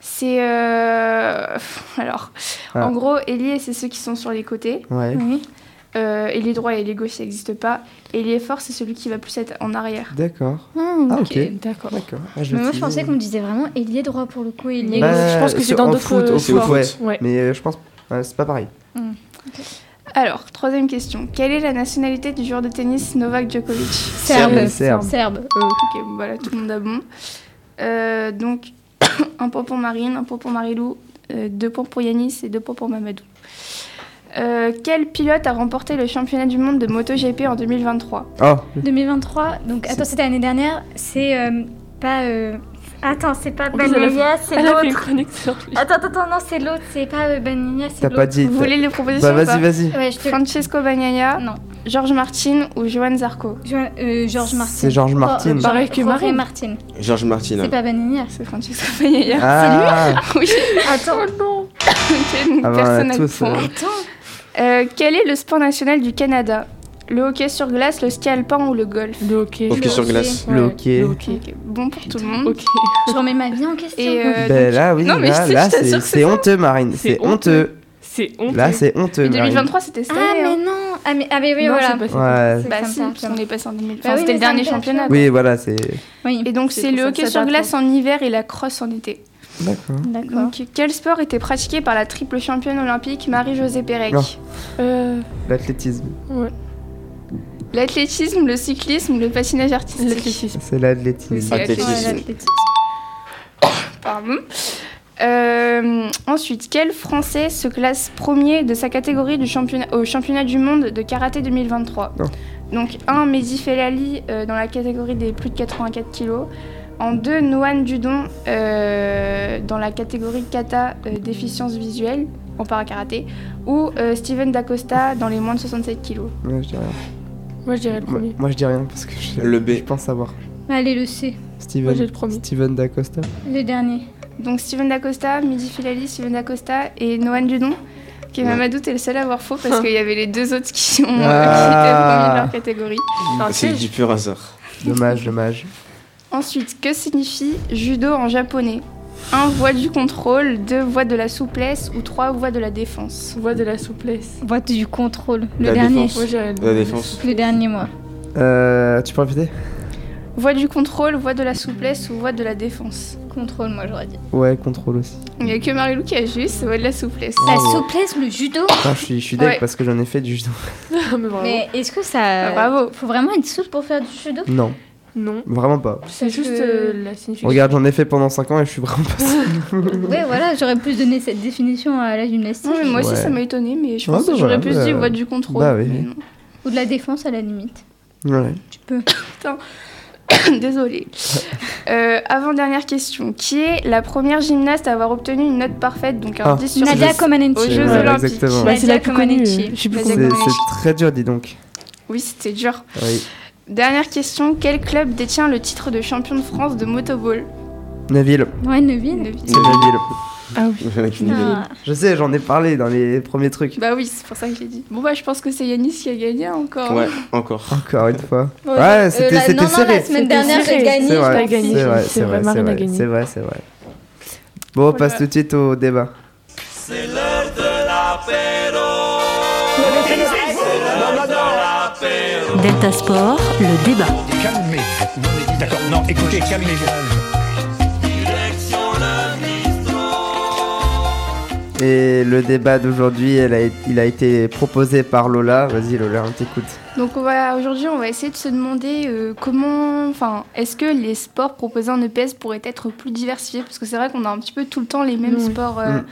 Speaker 8: C'est euh, <laughs> alors
Speaker 4: Ah.
Speaker 8: en gros ailier, c'est ceux qui sont sur les côtés.
Speaker 4: Ouais.
Speaker 6: Oui.
Speaker 8: Euh, ailier droit et ailier gauche, ça n'existe pas. Ailier fort, c'est celui qui va plus être en arrière.
Speaker 4: D'accord.
Speaker 6: Ah,
Speaker 4: Ah, ok.
Speaker 7: D'accord.
Speaker 4: D'accord. Ah,
Speaker 6: Mais moi, je pensais qu'on me disait vraiment ailier droit pour le coup, ailier
Speaker 7: Bah,
Speaker 6: gauche.
Speaker 7: je pense que c'est
Speaker 4: Euh, sur-
Speaker 7: dans
Speaker 4: en
Speaker 7: d'autres euh,
Speaker 4: foot, au
Speaker 7: sports.
Speaker 4: foot, ouais.
Speaker 7: Ouais.
Speaker 4: Mais euh, je pense. ouais, c'est pas pareil.
Speaker 8: Alors, troisième question. Quelle est la nationalité du joueur de tennis Novak Djokovic Oh,
Speaker 4: Serbe,
Speaker 6: Serbe.
Speaker 4: serbe.
Speaker 6: Serbe.
Speaker 8: Ok, bon, voilà, tout le monde a bon. Euh, donc, <coughs> un point pour Marine, un point pour Marilou, euh, deux points pour Yanis et deux points pour Mamadou. Euh, quel pilote a remporté le championnat du monde de MotoGP en 2023
Speaker 4: Oh,
Speaker 6: 2023, donc attends, c'était l'année dernière, c'est euh, pas. euh, Attends, c'est pas
Speaker 7: plus, elle a
Speaker 6: Banania, c'est
Speaker 7: Elle a fait une
Speaker 6: l'autre.
Speaker 7: chronique sur lui.
Speaker 6: Attends, attends, attends, non, c'est l'autre, c'est pas euh, Banania, c'est
Speaker 4: t'as
Speaker 6: l'autre.
Speaker 4: pas dit.
Speaker 8: Vous
Speaker 4: t'as-
Speaker 8: voulez les propositions
Speaker 4: Bah,
Speaker 8: ou pas
Speaker 4: vas-y, vas-y.
Speaker 6: Ouais, je te.
Speaker 8: Francesco Bagnaia,
Speaker 6: Non.
Speaker 8: George Martin ou Johan Zarco
Speaker 6: Jo- euh, Georges Martin.
Speaker 4: C'est Georges Martin.
Speaker 6: Oh,
Speaker 7: Pareil que
Speaker 6: Jorge
Speaker 7: Marine.
Speaker 6: Martin.
Speaker 5: Georges Martin.
Speaker 6: C'est
Speaker 5: hein.
Speaker 6: pas Banania.
Speaker 8: C'est
Speaker 7: <laughs>
Speaker 8: Francesco Bagnaia.
Speaker 4: Ah,
Speaker 8: Oui,
Speaker 6: <laughs> Attends, oh
Speaker 8: ok, donc
Speaker 4: Ah bah,
Speaker 8: personne n'a de
Speaker 4: tous,
Speaker 8: point.
Speaker 4: euh,
Speaker 6: attends.
Speaker 8: Euh, quel est le sport national du Canada Le hockey sur glace, le ski alpin ou le golf
Speaker 7: Le hockey.
Speaker 5: Hockey sur
Speaker 8: hockey.
Speaker 5: glace.
Speaker 4: Le
Speaker 8: Ouais.
Speaker 4: hockey.
Speaker 8: Ok, Bon pour tout le monde.
Speaker 7: Ok.
Speaker 6: Je remets ma vie en question.
Speaker 8: Et euh,
Speaker 4: Ben là, oui,
Speaker 8: Non, mais
Speaker 4: là,
Speaker 8: je- je
Speaker 4: là,
Speaker 8: t'assure
Speaker 4: c'est
Speaker 8: que c'est
Speaker 4: c'est honteux, Marine.
Speaker 7: C'est
Speaker 4: C'est honteux.
Speaker 7: C'est honteux.
Speaker 4: Là, c'est honteux,
Speaker 8: mais
Speaker 4: Marine.
Speaker 8: 2023, c'était cette
Speaker 6: ah,
Speaker 8: année.
Speaker 6: mais
Speaker 8: hein.
Speaker 6: non Ah, mais, ah, mais oui,
Speaker 7: Non,
Speaker 6: voilà.
Speaker 7: c'est pas ça.
Speaker 4: Ouais.
Speaker 6: C'est
Speaker 8: Bah
Speaker 6: comme
Speaker 8: si,
Speaker 6: ça,
Speaker 8: parce qu'on est passé en 2000.
Speaker 6: Bah
Speaker 8: Enfin,
Speaker 6: oui,
Speaker 8: c'était
Speaker 6: mais
Speaker 8: le dernier
Speaker 6: ça me fait
Speaker 8: championnat.
Speaker 4: Oui, voilà, c'est.
Speaker 6: Oui,
Speaker 8: Et donc,
Speaker 7: C'est
Speaker 8: c'est le
Speaker 7: pour ça que
Speaker 8: hockey
Speaker 7: ça
Speaker 8: sur
Speaker 7: date,
Speaker 8: glace en hiver et la crosse en été.
Speaker 4: D'accord.
Speaker 6: d'accord.
Speaker 8: Donc, quel sport était pratiqué par la triple championne olympique Marie-Josée Pérec
Speaker 4: Non.
Speaker 7: Euh,
Speaker 4: L'athlétisme.
Speaker 8: L'athlétisme, le cyclisme, le patinage artistique.
Speaker 7: L'athlétisme.
Speaker 4: C'est l'athlétisme.
Speaker 8: Oui,
Speaker 5: Athlétisme.
Speaker 6: Ouais, l'athlétisme.
Speaker 8: Pardon. Euh, ensuite, quel Français se classe premier de sa catégorie du championnat, au championnat du monde de karaté 2023
Speaker 4: Oh.
Speaker 8: Donc 1, Mehdi Felali euh, dans la catégorie des plus de 84 kilos. En 2, Noan Dudon euh, dans la catégorie kata euh, déficience visuelle en para-karaté. Ou euh, Steven Dacosta dans les moins de 67 kilos.
Speaker 4: Ouais, je dis rien.
Speaker 7: Moi, je dirais le
Speaker 4: Moi,
Speaker 7: premier.
Speaker 4: moi, je dis rien parce que je,
Speaker 5: Le B.
Speaker 4: je pense savoir.
Speaker 6: Allez, le C,
Speaker 7: Moi, j'ai le
Speaker 4: Steven.
Speaker 7: premier.
Speaker 4: Steven Dacosta.
Speaker 6: le dernier.
Speaker 8: Donc Steven Dacosta, Mehdi Felali, Steven Dacosta et Noan Dudon. Qui est
Speaker 5: Ouais.
Speaker 8: Mamadou, t'es le seul à avoir faux parce qu'il y avait les deux autres qui ont <laughs>
Speaker 4: Ah.
Speaker 8: qui étaient premiers de leur catégorie.
Speaker 7: Enfin,
Speaker 5: C'est
Speaker 7: tu sais,
Speaker 5: du pur hasard.
Speaker 4: Dommage, dommage.
Speaker 8: Ensuite, que signifie judo en japonais 1. Voie du contrôle, 2. Voie de la souplesse ou 3. Voie de la défense.
Speaker 7: je vois de la souplesse.
Speaker 6: Boîte du contrôle, le
Speaker 5: La
Speaker 6: dernier.
Speaker 5: défense.
Speaker 7: Moi, je dirais
Speaker 5: La
Speaker 7: le premier. <laughs>
Speaker 5: défense.
Speaker 6: Le dernier, moi.
Speaker 4: Euh, tu peux répéter
Speaker 8: Voie du contrôle, voie de la souplesse ou voie de la défense.
Speaker 6: Contrôle, moi, j'aurais dit.
Speaker 4: Ouais, contrôle aussi.
Speaker 8: Il n'y a que Marilou qui a juste voie de la souplesse.
Speaker 6: La
Speaker 4: Bravo.
Speaker 6: souplesse, le judo
Speaker 4: Putain, Ah, je suis, je suis deg
Speaker 8: Ouais.
Speaker 4: parce que j'en ai fait du judo.
Speaker 7: Mais vraiment.
Speaker 6: Mais est-ce que ça.
Speaker 8: Ah, bravo.
Speaker 6: Faut vraiment être souple pour faire du judo
Speaker 4: Non,
Speaker 7: Non.
Speaker 4: vraiment pas.
Speaker 7: C'est
Speaker 6: Parce
Speaker 7: juste
Speaker 6: que-
Speaker 7: euh, la signification.
Speaker 4: Regarde, j'en ai fait pendant 5 ans et je suis vraiment
Speaker 7: <laughs>
Speaker 4: pas sûr.
Speaker 6: Ouais, voilà, j'aurais plus donné cette définition à la gymnastique.
Speaker 8: Non, mais moi aussi
Speaker 4: Ouais.
Speaker 8: ça m'a étonné, mais je
Speaker 4: Ouais,
Speaker 8: pense
Speaker 4: bah
Speaker 8: que j'aurais
Speaker 4: voilà,
Speaker 8: plus
Speaker 4: bah-
Speaker 8: dit voie du contrôle.
Speaker 4: bah oui.
Speaker 8: mais non.
Speaker 6: Ou de la défense à la limite.
Speaker 4: Ouais.
Speaker 6: Tu peux.
Speaker 8: <laughs> Désolée. Euh, Avant-dernière question. Qui est la première gymnaste à avoir obtenu une note parfaite, donc un
Speaker 4: Ah.
Speaker 8: 10 sur
Speaker 6: Nadia
Speaker 8: 10
Speaker 6: Komanenko.
Speaker 8: aux
Speaker 4: C'est-
Speaker 8: Jeux
Speaker 4: ouais,
Speaker 8: Olympiques
Speaker 4: exactement.
Speaker 7: Bah, c'est la
Speaker 6: Nadia
Speaker 7: plus connue.
Speaker 6: Komaneci.
Speaker 7: Je sais plus
Speaker 8: Vas-y,
Speaker 7: comment-
Speaker 4: C'est
Speaker 8: Dominique.
Speaker 4: c'est très dur, dis donc.
Speaker 8: Oui, c'était dur.
Speaker 4: Oui.
Speaker 8: Dernière question. Quel club détient le titre de champion de France de motoball
Speaker 4: Neville,
Speaker 6: Ouais, Neville.
Speaker 4: c'est Neville.
Speaker 7: Ah oui.
Speaker 5: Il y en a qui
Speaker 6: Ah.
Speaker 5: l'oublient.
Speaker 4: Je sais, j'en ai parlé dans les premiers trucs.
Speaker 8: Bah oui, c'est pour ça que je l'ai dit. Bon bah je pense que c'est Yanis qui a gagné encore.
Speaker 6: Ah.
Speaker 5: Ouais, encore.
Speaker 4: Encore une fois. Ouais,
Speaker 6: Euh,
Speaker 4: c'était
Speaker 6: la-
Speaker 4: c'était
Speaker 6: non, non, la
Speaker 4: serré.
Speaker 6: semaine dernière,
Speaker 7: C'était
Speaker 6: j'ai
Speaker 7: serré.
Speaker 6: gagné.
Speaker 4: C'est
Speaker 7: je
Speaker 4: vrai,
Speaker 7: l'ai gagné.
Speaker 4: c'est vrai,
Speaker 7: C'est
Speaker 4: c'est
Speaker 7: vrai,
Speaker 4: vrai, c'est
Speaker 7: Marine a
Speaker 4: vrai,
Speaker 7: gagné.
Speaker 4: c'est vrai, c'est vrai. Bon, on passe tout de suite au débat.
Speaker 1: Delta Sport, le débat.
Speaker 9: Calmez-vous. Non, mais D'accord, non, écoutez, calmez-vous.
Speaker 4: Et le débat d'aujourd'hui, elle a é- il a été proposé par Lola. Vas-y, Lola, on t'écoute.
Speaker 8: Donc on va aujourd'hui on va essayer de se demander euh, comment, enfin est-ce que les sports proposés en EPS pourraient être plus diversifiés parce que c'est vrai qu'on a un petit peu tout le temps les mêmes
Speaker 7: Oui.
Speaker 8: sports euh,
Speaker 4: Mm.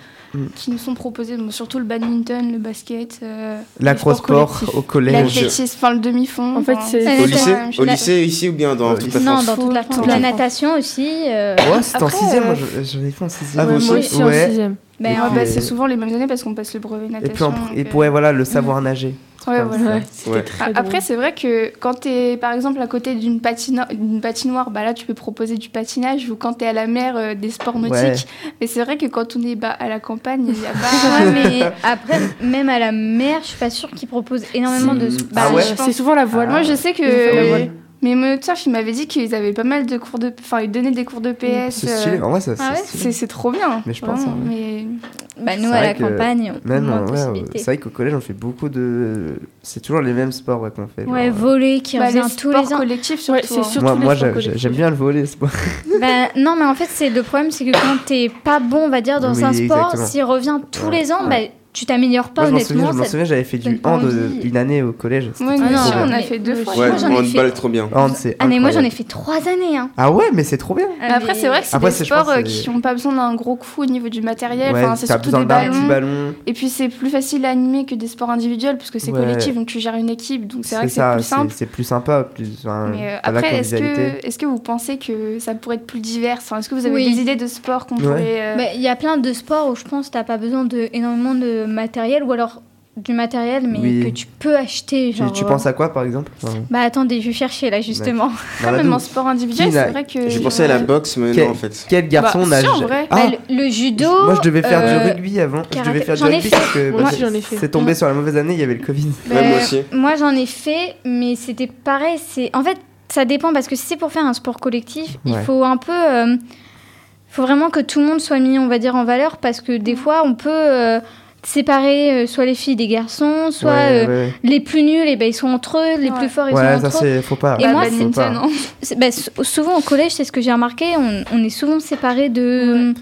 Speaker 4: Mm.
Speaker 8: qui nous sont proposés, donc surtout le badminton, le basket, euh, les sports
Speaker 4: L'acrosport
Speaker 8: collectifs.
Speaker 4: au collège.
Speaker 8: l'athlétisme, enfin le demi-fond.
Speaker 7: En fait,
Speaker 8: enfin,
Speaker 7: c'est.
Speaker 6: Ça
Speaker 5: Au
Speaker 6: Nadia-
Speaker 5: lycée
Speaker 8: je-
Speaker 5: Au lycée, ici ou bien dans
Speaker 4: Euh,
Speaker 5: toute la
Speaker 6: Euh, Non,
Speaker 5: France
Speaker 6: dans toute la France.
Speaker 8: Toute
Speaker 6: La
Speaker 8: la
Speaker 6: natation aussi. euh,
Speaker 4: Ouais, c'était en
Speaker 8: Après,
Speaker 4: 6ème, moi
Speaker 8: euh,
Speaker 4: je- j'en ai fait en 6ème.
Speaker 5: Ah,
Speaker 7: Ouais,
Speaker 5: vous
Speaker 7: moi
Speaker 5: aussi
Speaker 7: aussi en
Speaker 4: Ouais.
Speaker 7: 6ème.
Speaker 6: ben,
Speaker 4: Et
Speaker 8: Ah
Speaker 6: en-
Speaker 4: puis,
Speaker 8: bah,
Speaker 4: euh,
Speaker 8: c'est souvent les mêmes années parce qu'on passe le brevet
Speaker 4: Et puis, en-
Speaker 8: natation.
Speaker 4: et
Speaker 8: donc,
Speaker 4: puis, ouais, voilà, le savoir nager.
Speaker 8: euh, ouais, voilà.
Speaker 7: Ouais,
Speaker 5: Ouais.
Speaker 7: c'était très
Speaker 8: Ah,
Speaker 7: drôle.
Speaker 8: Après, c'est vrai que quand tu es par exemple à côté d'une patino- d'une patinoire, bah là tu peux proposer du patinage ou quand tu es à la mer, euh, des sports nautiques. Mais c'est vrai que quand on est bah, à la campagne, il n'y a pas.
Speaker 6: Ouais, mais après, même à la mer, je suis pas sûre qu'ils proposent énormément de.
Speaker 4: Si.
Speaker 6: Bah,
Speaker 4: Ah ouais
Speaker 6: je pense-
Speaker 7: C'est souvent la voile.
Speaker 8: Moi je sais que
Speaker 7: Ils ont fait la voile.
Speaker 8: mes monoturfs, ils m'avaient dit qu'ils avaient pas mal de cours de. Enfin, ils donnaient des cours de PS.
Speaker 4: C'est stylé,
Speaker 8: euh,
Speaker 4: en vrai, ça,
Speaker 6: Ah ouais,
Speaker 4: c'est
Speaker 8: C'est
Speaker 4: stylé.
Speaker 8: c'est trop bien.
Speaker 4: Mais je pense,
Speaker 8: vraiment.
Speaker 4: hein,
Speaker 8: Mais
Speaker 6: bah,
Speaker 4: C'est
Speaker 6: nous, à la
Speaker 4: vrai que
Speaker 6: campagne, on a
Speaker 4: Même,
Speaker 6: moins
Speaker 4: euh,
Speaker 6: de
Speaker 4: ouais,
Speaker 6: possibilités.
Speaker 4: c'est vrai qu'au collège, on fait beaucoup de. C'est toujours les mêmes sports ouais, qu'on fait. genre,
Speaker 6: Ouais,
Speaker 4: euh,
Speaker 6: voler qui
Speaker 8: bah, les
Speaker 6: revient tous
Speaker 8: sports
Speaker 6: les ans.
Speaker 8: collectifs, surtout.
Speaker 7: Ouais, c'est
Speaker 8: hein.
Speaker 7: sûr. surtout
Speaker 4: moi,
Speaker 7: les
Speaker 4: moi
Speaker 7: sports
Speaker 4: j'ai-
Speaker 7: collectifs.
Speaker 4: j'aime bien le voler, c'est pas.
Speaker 6: Bah, non, mais en fait, c'est le problème, c'est que quand t'es pas bon, on va dire, dans
Speaker 4: Oui,
Speaker 6: un sport,
Speaker 4: exactement.
Speaker 6: s'il revient tous les ans, bah, tu t'améliores pas,
Speaker 4: Moi, je m'en souviens,
Speaker 6: honnêtement.
Speaker 4: je m'en
Speaker 6: ça-
Speaker 4: souviens, j'avais fait
Speaker 6: donne
Speaker 4: du
Speaker 6: pas
Speaker 4: hand
Speaker 6: envie.
Speaker 4: euh, une année au collège. c'était
Speaker 8: Ouais,
Speaker 4: trop
Speaker 8: nous
Speaker 6: non,
Speaker 8: aussi,
Speaker 4: bien.
Speaker 8: on
Speaker 6: mais-
Speaker 8: a fait deux
Speaker 7: mais
Speaker 8: fois.
Speaker 7: je-
Speaker 5: Ouais,
Speaker 6: Moi, j'en ai
Speaker 5: on
Speaker 6: fait-
Speaker 5: balle trop bien.
Speaker 4: Hand, c'est
Speaker 6: Ah, mais moi, j'en ai
Speaker 4: incroyable.
Speaker 6: fait trois années. Hein.
Speaker 4: Ah ouais, mais c'est trop bien.
Speaker 8: Mais Après, c'est vrai que c'est
Speaker 4: Après,
Speaker 8: des
Speaker 4: c'est- je pense
Speaker 8: sports euh,
Speaker 4: que c'est-
Speaker 8: qui n'ont pas besoin d'un gros coup au niveau du matériel.
Speaker 4: Ouais,
Speaker 8: enfin, c'est
Speaker 4: t'as
Speaker 8: surtout
Speaker 4: besoin
Speaker 8: des
Speaker 4: d'un petit
Speaker 8: ballons.
Speaker 4: ballon.
Speaker 8: Et puis, c'est plus facile à animer que des sports individuels, puisque c'est
Speaker 4: Ouais.
Speaker 8: collectif, donc tu gères une équipe. Donc, c'est vrai que c'est
Speaker 4: ça,
Speaker 8: plus simple.
Speaker 4: c'est plus sympa. Plus, enfin,
Speaker 8: Mais euh,
Speaker 4: t'as la
Speaker 8: après, est-ce
Speaker 4: convivialité.
Speaker 8: que, est que vous pensez que ça pourrait être plus divers Enfin, Est-ce que vous avez
Speaker 6: Oui.
Speaker 8: des idées de sports qu'on
Speaker 4: Ouais.
Speaker 8: pourrait. euh,
Speaker 6: Bah, Il y a plein de sports où je pense que t'as pas besoin de énormément de matériel, ou alors du matériel, mais
Speaker 4: Oui.
Speaker 6: que tu peux acheter.
Speaker 4: Tu-
Speaker 6: Genre, euh,
Speaker 4: tu, penses à quoi par exemple Enfin,
Speaker 6: Bah attendez, je vais chercher là justement.
Speaker 4: dans la
Speaker 8: même en
Speaker 4: douche.
Speaker 8: sport individuel,
Speaker 4: Qui n'a-
Speaker 8: c'est vrai
Speaker 6: Euh,
Speaker 8: que.
Speaker 5: J'ai pensé à la boxe, mais
Speaker 4: Quel-
Speaker 5: non, en fait.
Speaker 4: Quel garçon
Speaker 8: Bah,
Speaker 4: n'a
Speaker 8: si, en
Speaker 4: ja-
Speaker 8: vrai.
Speaker 4: Ah,
Speaker 6: <laughs> Bah, le, le judo.
Speaker 4: Moi je devais faire
Speaker 6: euh,
Speaker 4: du rugby avant. Je devais
Speaker 6: karaté.
Speaker 4: faire du
Speaker 6: J'en ai
Speaker 4: rugby
Speaker 6: fait.
Speaker 4: parce que
Speaker 7: Moi
Speaker 4: bah,
Speaker 7: aussi, j'en ai fait.
Speaker 4: c'est tombé sur la mauvaise année, il y avait le Covid.
Speaker 5: Ouais, moi aussi.
Speaker 6: bah, Moi, j'en ai fait, mais c'était pareil. C'est en fait, ça dépend parce que si c'est pour faire un sport collectif, il
Speaker 4: Ouais.
Speaker 6: faut un peu, euh, faut vraiment que tout le monde soit mis, on va dire, en valeur parce que des fois, on peut euh, séparer euh, soit les filles des garçons, soit
Speaker 4: Ouais,
Speaker 6: euh,
Speaker 4: ouais.
Speaker 6: les plus nuls, et ben ils sont entre eux, les
Speaker 8: Ouais.
Speaker 6: plus forts ils
Speaker 4: Ouais,
Speaker 6: sont
Speaker 4: ça
Speaker 6: entre eux.
Speaker 4: c'est faut pas. Ah,
Speaker 6: Et
Speaker 8: Bah,
Speaker 6: moi,
Speaker 4: faut
Speaker 8: badminton,
Speaker 4: pas.
Speaker 8: hein.
Speaker 6: C'est- ben, sou- souvent au collège, c'est ce que j'ai remarqué, on, on est souvent séparés de.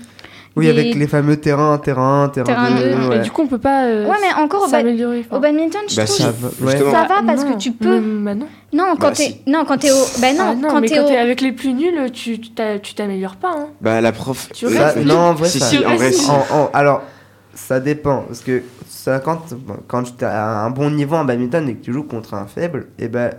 Speaker 4: Oui,
Speaker 6: des-
Speaker 4: avec les fameux terrains, terrain, terrain
Speaker 6: Terrain
Speaker 4: deux,
Speaker 6: deux,
Speaker 4: Mmh, ouais.
Speaker 7: Et du coup, on peut pas euh,
Speaker 6: Ouais, mais encore au, ba-
Speaker 7: s'améliorer.
Speaker 6: au badminton, je
Speaker 5: Bah,
Speaker 6: trouve.
Speaker 5: si,
Speaker 4: ça va, ouais.
Speaker 5: justement.
Speaker 6: Ça va parce
Speaker 7: Non.
Speaker 6: que tu peux.
Speaker 7: Mm, bah non.
Speaker 6: Non, quand
Speaker 5: Bah,
Speaker 6: t'es.
Speaker 5: si.
Speaker 6: Non, quand t'es au. Bah non,
Speaker 7: Ah non,
Speaker 6: quand
Speaker 7: mais
Speaker 6: t'es
Speaker 7: quand
Speaker 6: au.
Speaker 7: t'es avec les plus nuls, tu t'a- tu t'améliores pas. hein.
Speaker 5: Bah, la prof.
Speaker 7: Tu
Speaker 5: euh,
Speaker 4: Ça-
Speaker 7: restes-
Speaker 4: non, en vrai,
Speaker 5: si,
Speaker 4: ça-
Speaker 5: si, en vrai, si.
Speaker 4: En- en- alors, ça dépend. Parce que ça, quand, quand tu as un bon niveau en badminton et que tu joues contre un faible, et ben,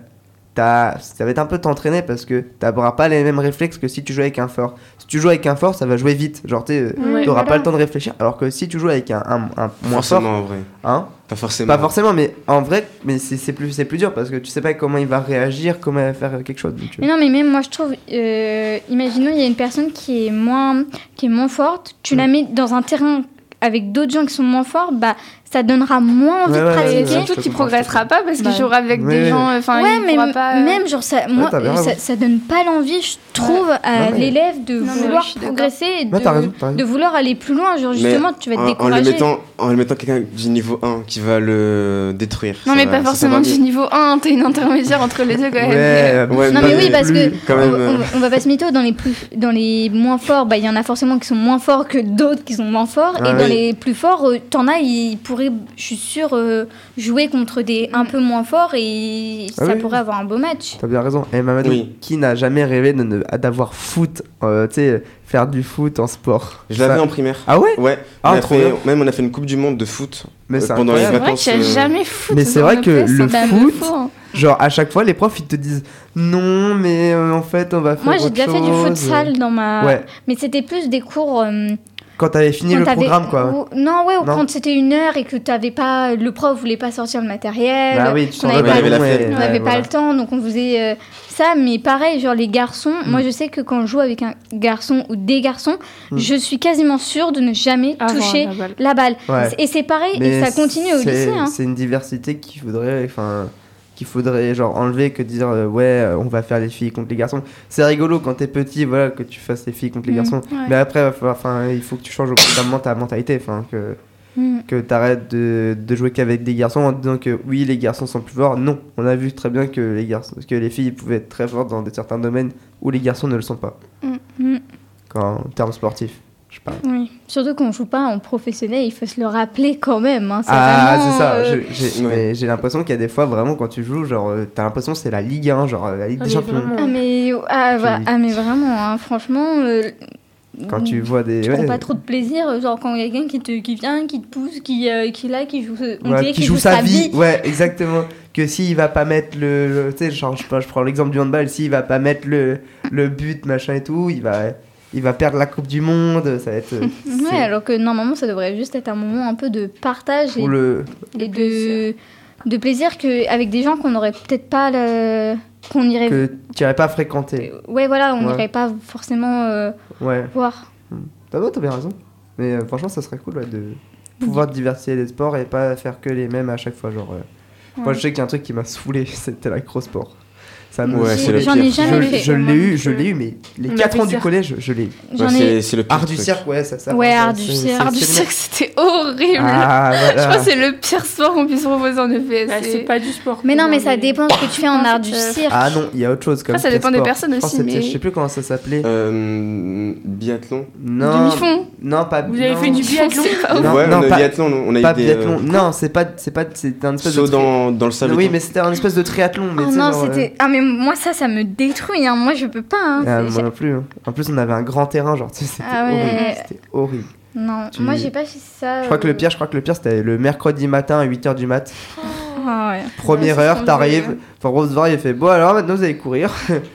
Speaker 4: t'as- ça va être un peu t'entraîner parce que tu n'auras pas les mêmes réflexes que si tu joues avec un fort. Si tu joues avec un fort, ça va jouer vite. Genre, tu n'auras
Speaker 7: Ouais,
Speaker 6: t'auras
Speaker 4: pas le temps de réfléchir. Alors que si tu joues avec un, un- un moins
Speaker 5: Forcément,
Speaker 4: fort,
Speaker 5: en vrai.
Speaker 4: hein,
Speaker 5: Pas forcément.
Speaker 4: pas forcément, mais en vrai, mais c'est c'est plus, c'est plus dur parce que tu sais pas comment il va réagir, comment il va faire quelque chose. donc, tu-
Speaker 6: Mais non, mais même moi, je trouve. euh, imaginons, il y a une personne qui est moins, qui est moins forte. Tu
Speaker 4: Mm.
Speaker 6: la mets dans un terrain avec d'autres gens qui sont moins forts. Bah, ça donnera moins envie
Speaker 4: Ouais,
Speaker 6: de
Speaker 4: ouais,
Speaker 8: Et
Speaker 6: pratiquer.
Speaker 4: ouais, ouais.
Speaker 8: surtout,
Speaker 5: je
Speaker 8: tu
Speaker 5: comprends,
Speaker 8: progresseras pas parce
Speaker 7: Bah,
Speaker 8: qu'il jouera avec
Speaker 4: ouais,
Speaker 8: des gens. Enfin,
Speaker 6: Ouais,
Speaker 8: il
Speaker 6: mais
Speaker 8: pourra pas. euh,
Speaker 6: même genre ça, moi,
Speaker 4: t'as bien
Speaker 6: euh,
Speaker 4: raison.
Speaker 6: ça, ça donne pas l'envie, je trouve, à
Speaker 4: Ouais.
Speaker 6: l'élève de
Speaker 8: Non, mais
Speaker 6: vouloir
Speaker 8: je suis d'accord.
Speaker 6: progresser et de,
Speaker 4: Ouais, t'as raison, t'as raison.
Speaker 6: de vouloir aller plus loin. Genre
Speaker 5: Mais
Speaker 6: justement, tu vas te
Speaker 5: en, en
Speaker 6: décourager.
Speaker 5: lui mettant, en lui mettant quelqu'un du niveau 1 qui va le détruire.
Speaker 8: Non,
Speaker 5: Ça
Speaker 8: mais
Speaker 5: va-
Speaker 8: pas
Speaker 5: ça, ça
Speaker 8: forcément
Speaker 5: va
Speaker 8: du
Speaker 5: mieux.
Speaker 8: niveau 1, t'es une intermédiaire entre les deux quand même. mais, euh,
Speaker 4: Ouais,
Speaker 5: Ouais,
Speaker 6: Non, mais oui, parce que-
Speaker 5: Quand
Speaker 6: On,
Speaker 5: même.
Speaker 6: va- on
Speaker 5: euh,
Speaker 6: va- on va pas se mytho, dans les, plus, dans les moins forts, bah, il y en a forcément qui sont moins forts que d'autres qui sont moins forts.
Speaker 4: Ah
Speaker 6: et dans
Speaker 4: oui.
Speaker 6: les plus forts, euh, t'en as, ils pourraient, je suis sûre, euh, jouer contre des un peu moins forts et
Speaker 4: Ah
Speaker 6: ça
Speaker 4: oui.
Speaker 6: pourrait avoir un beau match.
Speaker 4: T'as bien raison. Et Mamadou,
Speaker 5: Oui.
Speaker 4: qui n'a jamais rêvé de ne- d'avoir foot, euh, tu sais, faire du foot en sport
Speaker 5: Je l'avais
Speaker 4: Ça-
Speaker 5: en primaire.
Speaker 4: Ah ouais
Speaker 5: <laughs> Ouais.
Speaker 4: Ah,
Speaker 5: on a
Speaker 4: trop
Speaker 5: fait-
Speaker 4: bien.
Speaker 5: même on a fait une coupe du monde de foot
Speaker 4: Mais
Speaker 5: euh,
Speaker 4: c'est
Speaker 5: pendant les
Speaker 4: incroyable.
Speaker 8: C'est vrai
Speaker 5: vacances.
Speaker 8: qu'il n'y a
Speaker 5: euh,
Speaker 8: jamais foot.
Speaker 4: Mais c'est
Speaker 8: dans
Speaker 4: vrai
Speaker 8: nos
Speaker 4: que
Speaker 8: classes,
Speaker 4: le
Speaker 8: hein. Bah,
Speaker 4: foot-
Speaker 8: faut, hein.
Speaker 4: Genre, à chaque fois, les profs, ils te disent non, mais euh, en fait, on va faire.
Speaker 6: Moi, j'ai
Speaker 4: autre
Speaker 6: déjà fait du
Speaker 4: chose.
Speaker 6: futsal dans ma.
Speaker 4: euh. Ouais,
Speaker 6: Mais c'était plus des cours. euh,
Speaker 4: quand t'avais fini
Speaker 6: quand
Speaker 4: le
Speaker 6: t'avais-
Speaker 4: programme, quoi.
Speaker 6: ou- Non, ouais, ou
Speaker 4: Non.
Speaker 6: quand c'était une heure et que t'avais pas. Le prof voulait pas sortir le matériel.
Speaker 4: Bah oui, euh, tu
Speaker 6: on
Speaker 4: t'en
Speaker 6: n'avait
Speaker 5: avais
Speaker 6: pas
Speaker 5: la fête.
Speaker 6: On n'avait pas le temps, donc on faisait euh, ça. Mais pareil, genre les garçons, moi je sais que quand je joue avec un garçon ou des garçons,
Speaker 4: Mm.
Speaker 6: je suis quasiment sûre de ne jamais
Speaker 7: Avant
Speaker 6: toucher
Speaker 7: Ah, la balle.
Speaker 6: la balle.
Speaker 4: Ouais.
Speaker 6: Et c'est pareil, et ça continue au
Speaker 4: c'est-
Speaker 6: lycée. hein.
Speaker 4: C'est une diversité qu'il faudrait, enfin, qu'il faudrait genre enlever que dire euh, ouais, euh, on va faire les filles contre les garçons. C'est rigolo quand t'es petit, voilà, que tu fasses les filles contre
Speaker 6: Mm,
Speaker 4: les
Speaker 8: Mhm,
Speaker 4: garçons.
Speaker 8: ouais.
Speaker 4: Mais après, va falloir- enfin, il faut que tu changes au bout d'un moment ta mentalité, enfin que
Speaker 6: Mm.
Speaker 4: que t'arrêtes de, de jouer qu'avec des garçons en disant que oui les garçons sont plus forts. Non, on a vu très bien que les garçons, que les filles pouvaient être très fortes dans des- certains domaines où les garçons ne le sont pas.
Speaker 6: Mm.
Speaker 4: Quand, en termes sportifs, je parle.
Speaker 6: Oui. Surtout qu'on joue pas en professionnel, il faut se le rappeler quand même. hein. C'est
Speaker 4: Ah,
Speaker 6: vraiment,
Speaker 4: c'est ça.
Speaker 6: euh,
Speaker 4: je- j'ai-
Speaker 5: Ouais.
Speaker 4: mais J'ai l'impression qu'il y a des fois, vraiment, quand tu joues, genre, euh, t'as l'impression que c'est la Ligue 1, genre, euh, la Ligue
Speaker 7: Ah,
Speaker 4: des
Speaker 7: mais
Speaker 4: Champions.
Speaker 7: vraiment.
Speaker 6: Ah, mais, ah, bah,
Speaker 4: J'ai-
Speaker 6: ah, mais vraiment, hein, franchement. euh, mm.
Speaker 4: Quand tu vois des.
Speaker 6: Je
Speaker 4: ouais,
Speaker 6: prends pas trop de plaisir, euh, genre quand il y a quelqu'un qui, te, qui vient, qui te pousse, qui, euh, qui est là, qui joue, on
Speaker 4: ouais,
Speaker 6: dirait
Speaker 4: qui
Speaker 6: qu'il
Speaker 4: joue sa vie. Ouais, exactement. Que s'il va pas mettre le. le- tu sais, genre, je, prends- je prends l'exemple du handball, s'il va pas mettre le, le but, machin et tout, il va, il va perdre la Coupe du Monde, ça va être. euh, c'est-
Speaker 6: <laughs> Ouais, alors que normalement ça devrait juste être un moment un peu de partage et,
Speaker 4: Ou le.
Speaker 6: et de, de plaisir que, avec des gens qu'on n'aurait peut-être pas le- qu'on irait.
Speaker 4: que tu irais pas fréquenter.
Speaker 6: Ouais, voilà, on
Speaker 4: Ouais.
Speaker 6: n'irait pas forcément euh,
Speaker 4: Ouais.
Speaker 6: voir.
Speaker 4: T'as Bah ouais, t'as bien raison. Mais euh, franchement, ça serait cool ouais, de pouvoir diversifier les sports et pas faire que les mêmes à chaque fois. Genre, euh. Moi, je sais qu'il y a un truc qui m'a saoulé, <laughs> c'était l'acrosport. Ça me saoulait.
Speaker 5: Ouais, c'est le
Speaker 6: J'en
Speaker 5: pire.
Speaker 6: ai jamais
Speaker 4: je,
Speaker 6: fait.
Speaker 4: je l'ai eu, je l'ai eu, mais les
Speaker 7: On
Speaker 4: 4
Speaker 7: avait
Speaker 4: ans du
Speaker 7: cirque.
Speaker 4: collège, je l'ai eu.
Speaker 6: J'en
Speaker 5: ouais,
Speaker 6: ai.
Speaker 5: c'est- C'est le pire
Speaker 4: Art du
Speaker 5: truc.
Speaker 4: cirque, ouais, ça ça.
Speaker 6: Ouais,
Speaker 4: ça,
Speaker 6: art du
Speaker 4: c'est-
Speaker 6: cirque.
Speaker 4: c'est
Speaker 8: Ah, du
Speaker 4: tellement-
Speaker 8: cirque, c'était horrible.
Speaker 4: Ah,
Speaker 8: Je crois
Speaker 4: voilà.
Speaker 8: que c'est le pire sport qu'on puisse proposer en E EPS.
Speaker 7: Bah, C'est pas du sport.
Speaker 6: Ah, Mais non, mais ça
Speaker 7: Mais-
Speaker 6: dépend ce que tu fais en
Speaker 8: Non,
Speaker 6: art
Speaker 8: c'est
Speaker 6: du
Speaker 8: pas-
Speaker 6: cirque.
Speaker 4: Ah non, il y a autre chose comme
Speaker 8: Ça, ça dépend des
Speaker 4: sport.
Speaker 8: personnes
Speaker 4: Je pense
Speaker 8: aussi,
Speaker 4: que c'était-
Speaker 8: mais-
Speaker 4: Je sais plus comment ça s'appelait.
Speaker 5: Euh, biathlon.
Speaker 4: non,
Speaker 8: demi-fond.
Speaker 4: non, pas.
Speaker 7: Vous avez
Speaker 4: non. <laughs>
Speaker 7: fait du biathlon
Speaker 8: C'est
Speaker 6: Oh,
Speaker 8: pas
Speaker 4: Non,
Speaker 5: ouais,
Speaker 4: non,
Speaker 5: on a eu
Speaker 4: pas-
Speaker 5: biathlon, non, on a
Speaker 4: Pas
Speaker 5: eu des
Speaker 4: biathlon.
Speaker 5: euh,
Speaker 4: Non, c'est pas, c'est pas, c'était un espèce
Speaker 5: sauts
Speaker 4: de. tri-
Speaker 5: dans, dans le sable. et
Speaker 4: Oui,
Speaker 5: tout.
Speaker 4: mais c'était un espèce de triathlon. Mais
Speaker 6: Ah
Speaker 4: tu sais,
Speaker 6: non,
Speaker 4: genre, euh,
Speaker 6: c'était. Ah, mais moi, ça, ça me détruit. hein. Moi, je peux pas. hein.
Speaker 4: Ah,
Speaker 6: C'est-
Speaker 4: moi non plus. hein. En plus, on avait un grand terrain, genre, tu sais, c'était
Speaker 6: Ah ouais.
Speaker 4: horrible. C'était horrible.
Speaker 6: Non,
Speaker 4: Tu-
Speaker 6: moi, j'ai pas fait ça.
Speaker 4: Je crois que
Speaker 6: euh,
Speaker 4: le pire, je crois que le pire, c'était le mercredi matin à 8h du mat.
Speaker 6: ah ouais.
Speaker 4: Première
Speaker 8: Ouais, c'est
Speaker 4: heure,
Speaker 8: ce qu'on
Speaker 6: euh,
Speaker 4: t'arrives. Enfin, Rose Var, il fait Bon, alors maintenant vous allez courir.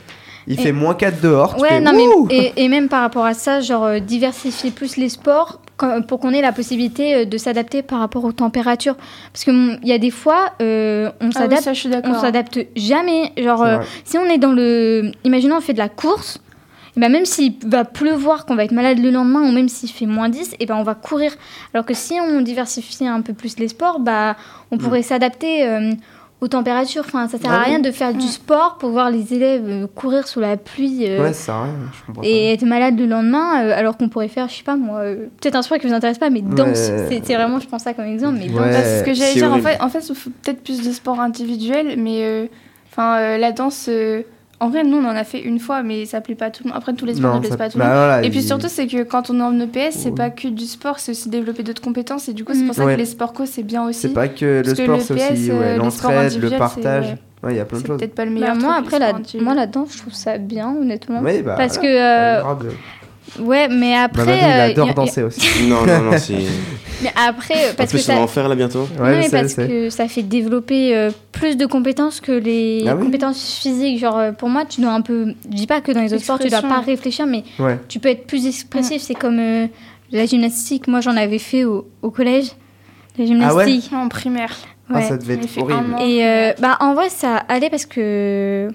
Speaker 4: <laughs> il
Speaker 6: Et-
Speaker 4: fait moins 4 dehors. tu
Speaker 6: Ouais,
Speaker 4: fais,
Speaker 6: non,
Speaker 4: Wouh
Speaker 6: mais, et, et même par rapport à ça, genre euh, diversifier plus les sports quand- pour qu'on ait la possibilité euh, de s'adapter par rapport aux températures. Parce qu'il y a des fois, euh,
Speaker 8: Ah
Speaker 6: on
Speaker 8: oui,
Speaker 6: s'adapte
Speaker 8: ça, je suis
Speaker 6: on
Speaker 8: d'accord.
Speaker 6: s'adapte jamais. Genre,
Speaker 4: C'est
Speaker 6: euh,
Speaker 4: vrai.
Speaker 6: si on est dans le. Imaginons, on fait de la course. eh ben, même s'il va pleuvoir, qu'on va être malade le lendemain, ou même s'il fait moins 10, et ben, on va courir. Alors que si on diversifiait un peu plus les sports, bah,
Speaker 4: Mm.
Speaker 6: on pourrait s'adapter euh, aux températures. Enfin, ça sert
Speaker 4: Ah
Speaker 6: à rien de faire du sport pour voir les élèves euh, courir sous la pluie euh,
Speaker 4: Ouais, ça sert à rien, je comprends
Speaker 6: et être malade le lendemain, euh, alors qu'on pourrait faire, je sais pas moi, euh, peut-être un sport qui vous intéresse pas, mais danse.
Speaker 4: Ouais.
Speaker 6: C'est- C'est vraiment, je prends ça comme exemple, mais
Speaker 4: Ouais.
Speaker 6: danse.
Speaker 8: Bah, c'est ce que j'allais
Speaker 5: c'est
Speaker 8: dire. En
Speaker 5: horrible.
Speaker 8: fait, en fait, il faut peut-être plus de sport individuel, mais euh, enfin, euh, la danse. euh, en vrai, nous, on en a fait une fois, mais ça plaît pas à tout le monde. Après, tous les
Speaker 4: pas.
Speaker 8: sports ne
Speaker 4: ça-
Speaker 8: plaisent pas à tout le
Speaker 4: bah
Speaker 8: monde.
Speaker 4: voilà,
Speaker 8: Et puis
Speaker 4: il-
Speaker 8: surtout, c'est que quand on est en EPS, c'est
Speaker 4: Ouais.
Speaker 8: pas que du sport, c'est aussi développer d'autres compétences. Et du coup, c'est
Speaker 6: Mhm.
Speaker 8: pour ça
Speaker 4: Ouais.
Speaker 8: que les sports co, c'est bien aussi.
Speaker 4: c'est pas que le
Speaker 8: parce que
Speaker 4: sport,
Speaker 8: le
Speaker 4: c'est
Speaker 8: PS,
Speaker 4: aussi ouais,
Speaker 8: euh, les
Speaker 4: l'entraide,
Speaker 8: sports
Speaker 4: le
Speaker 8: individuels, c'est-
Speaker 4: partage. Ouais,
Speaker 8: ouais.
Speaker 4: il y a plein de
Speaker 8: C'est
Speaker 4: choses.
Speaker 8: peut-être pas le
Speaker 6: Bah,
Speaker 8: meilleur.
Speaker 6: moi,
Speaker 8: truc,
Speaker 6: après
Speaker 8: le
Speaker 6: la,
Speaker 8: sport individuel.
Speaker 6: moi, la danse, je trouve ça bien, honnonnêtement.
Speaker 4: Ouais, bah,
Speaker 6: Parce que.
Speaker 4: voilà, t'as
Speaker 6: euh,
Speaker 4: le droit de-
Speaker 6: ouais, mais
Speaker 4: Bah,
Speaker 6: après.
Speaker 4: Manu, il
Speaker 6: euh,
Speaker 4: adore
Speaker 6: y a-
Speaker 4: danser aussi.
Speaker 5: <laughs> Non, non, non, c'est.
Speaker 6: Mais après, euh,
Speaker 5: En
Speaker 6: <laughs> parce que
Speaker 5: plus, on va
Speaker 6: ça.
Speaker 5: en faire là bientôt.
Speaker 4: Ouais,
Speaker 6: non,
Speaker 4: je
Speaker 6: mais
Speaker 4: sais, je
Speaker 6: parce
Speaker 4: sais.
Speaker 6: que ça fait développer euh, plus de compétences que les
Speaker 4: Ah oui
Speaker 6: compétences physiques. Genre, euh, pour moi, tu dois un peu. Je dis pas que dans les autres sports, tu dois pas
Speaker 8: Expression.
Speaker 6: réfléchir, mais
Speaker 4: Ouais.
Speaker 6: tu peux être plus expressif. C'est comme euh, la gymnastique. Moi, j'en avais fait au, au collège. La gymnastique.
Speaker 8: En primaire.
Speaker 4: Ah,
Speaker 6: Ouais.
Speaker 4: ça devait
Speaker 8: on a
Speaker 4: être
Speaker 8: fait
Speaker 4: horrible.
Speaker 8: un an.
Speaker 6: Et euh, bah en vrai ça allait parce que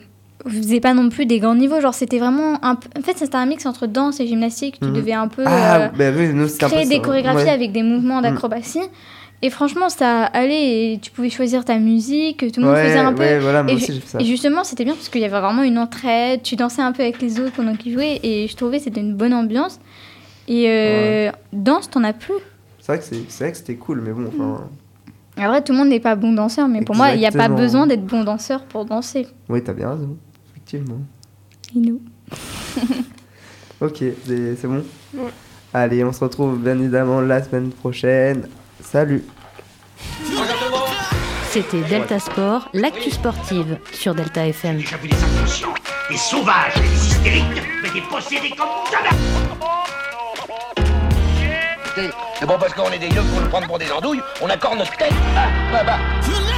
Speaker 6: vous faisiez pas non plus des grands niveaux, genre c'était vraiment un p- en fait c'était un mix entre danse et gymnastique, tu
Speaker 4: Mhm.
Speaker 6: devais un peu euh,
Speaker 4: Ah, bah oui, nous, c'était un peu
Speaker 6: créer
Speaker 4: ça,
Speaker 6: des
Speaker 4: ouais.
Speaker 6: chorégraphies
Speaker 4: Ouais. Mm.
Speaker 6: avec des mouvements d'acrobatie et franchement ça allait et tu pouvais choisir ta musique, tout le monde
Speaker 4: Ouais,
Speaker 6: faisait un peu
Speaker 4: ouais, voilà, moi
Speaker 6: et,
Speaker 4: aussi
Speaker 6: ju-
Speaker 4: j'ai fait ça.
Speaker 6: et justement, c'était bien parce qu'il y avait vraiment une entraide, tu dansais un peu avec les autres pendant qu'ils jouaient et je trouvais que c'était une bonne ambiance. Et euh, danse, t'en as plus.
Speaker 4: C'est vrai que c'est- c'est vrai que c'était cool, mais bon, enfin.
Speaker 6: Mm. Après, tout le monde n'est pas bon danseur, mais pour moi, il n'y a pas
Speaker 4: Exactement.
Speaker 6: besoin d'être bon danseur pour danser.
Speaker 4: Oui, t'as bien raison, effectivement.
Speaker 6: Et nous
Speaker 4: Ok, c'est c'est bon
Speaker 7: Ouais.
Speaker 4: Allez, on se retrouve bien évidemment la semaine prochaine. Salut
Speaker 1: C'était Delta Sport, l'actu sportive sur Delta FM.
Speaker 2: J'ai déjà vu des inconscients, des sauvages, des hystériques, mais des possédés comme jamais
Speaker 3: C'est bon, parce qu'on est des yeux pour nous prendre pour des andouilles, on accorde notre tête. Ah, bah, bah.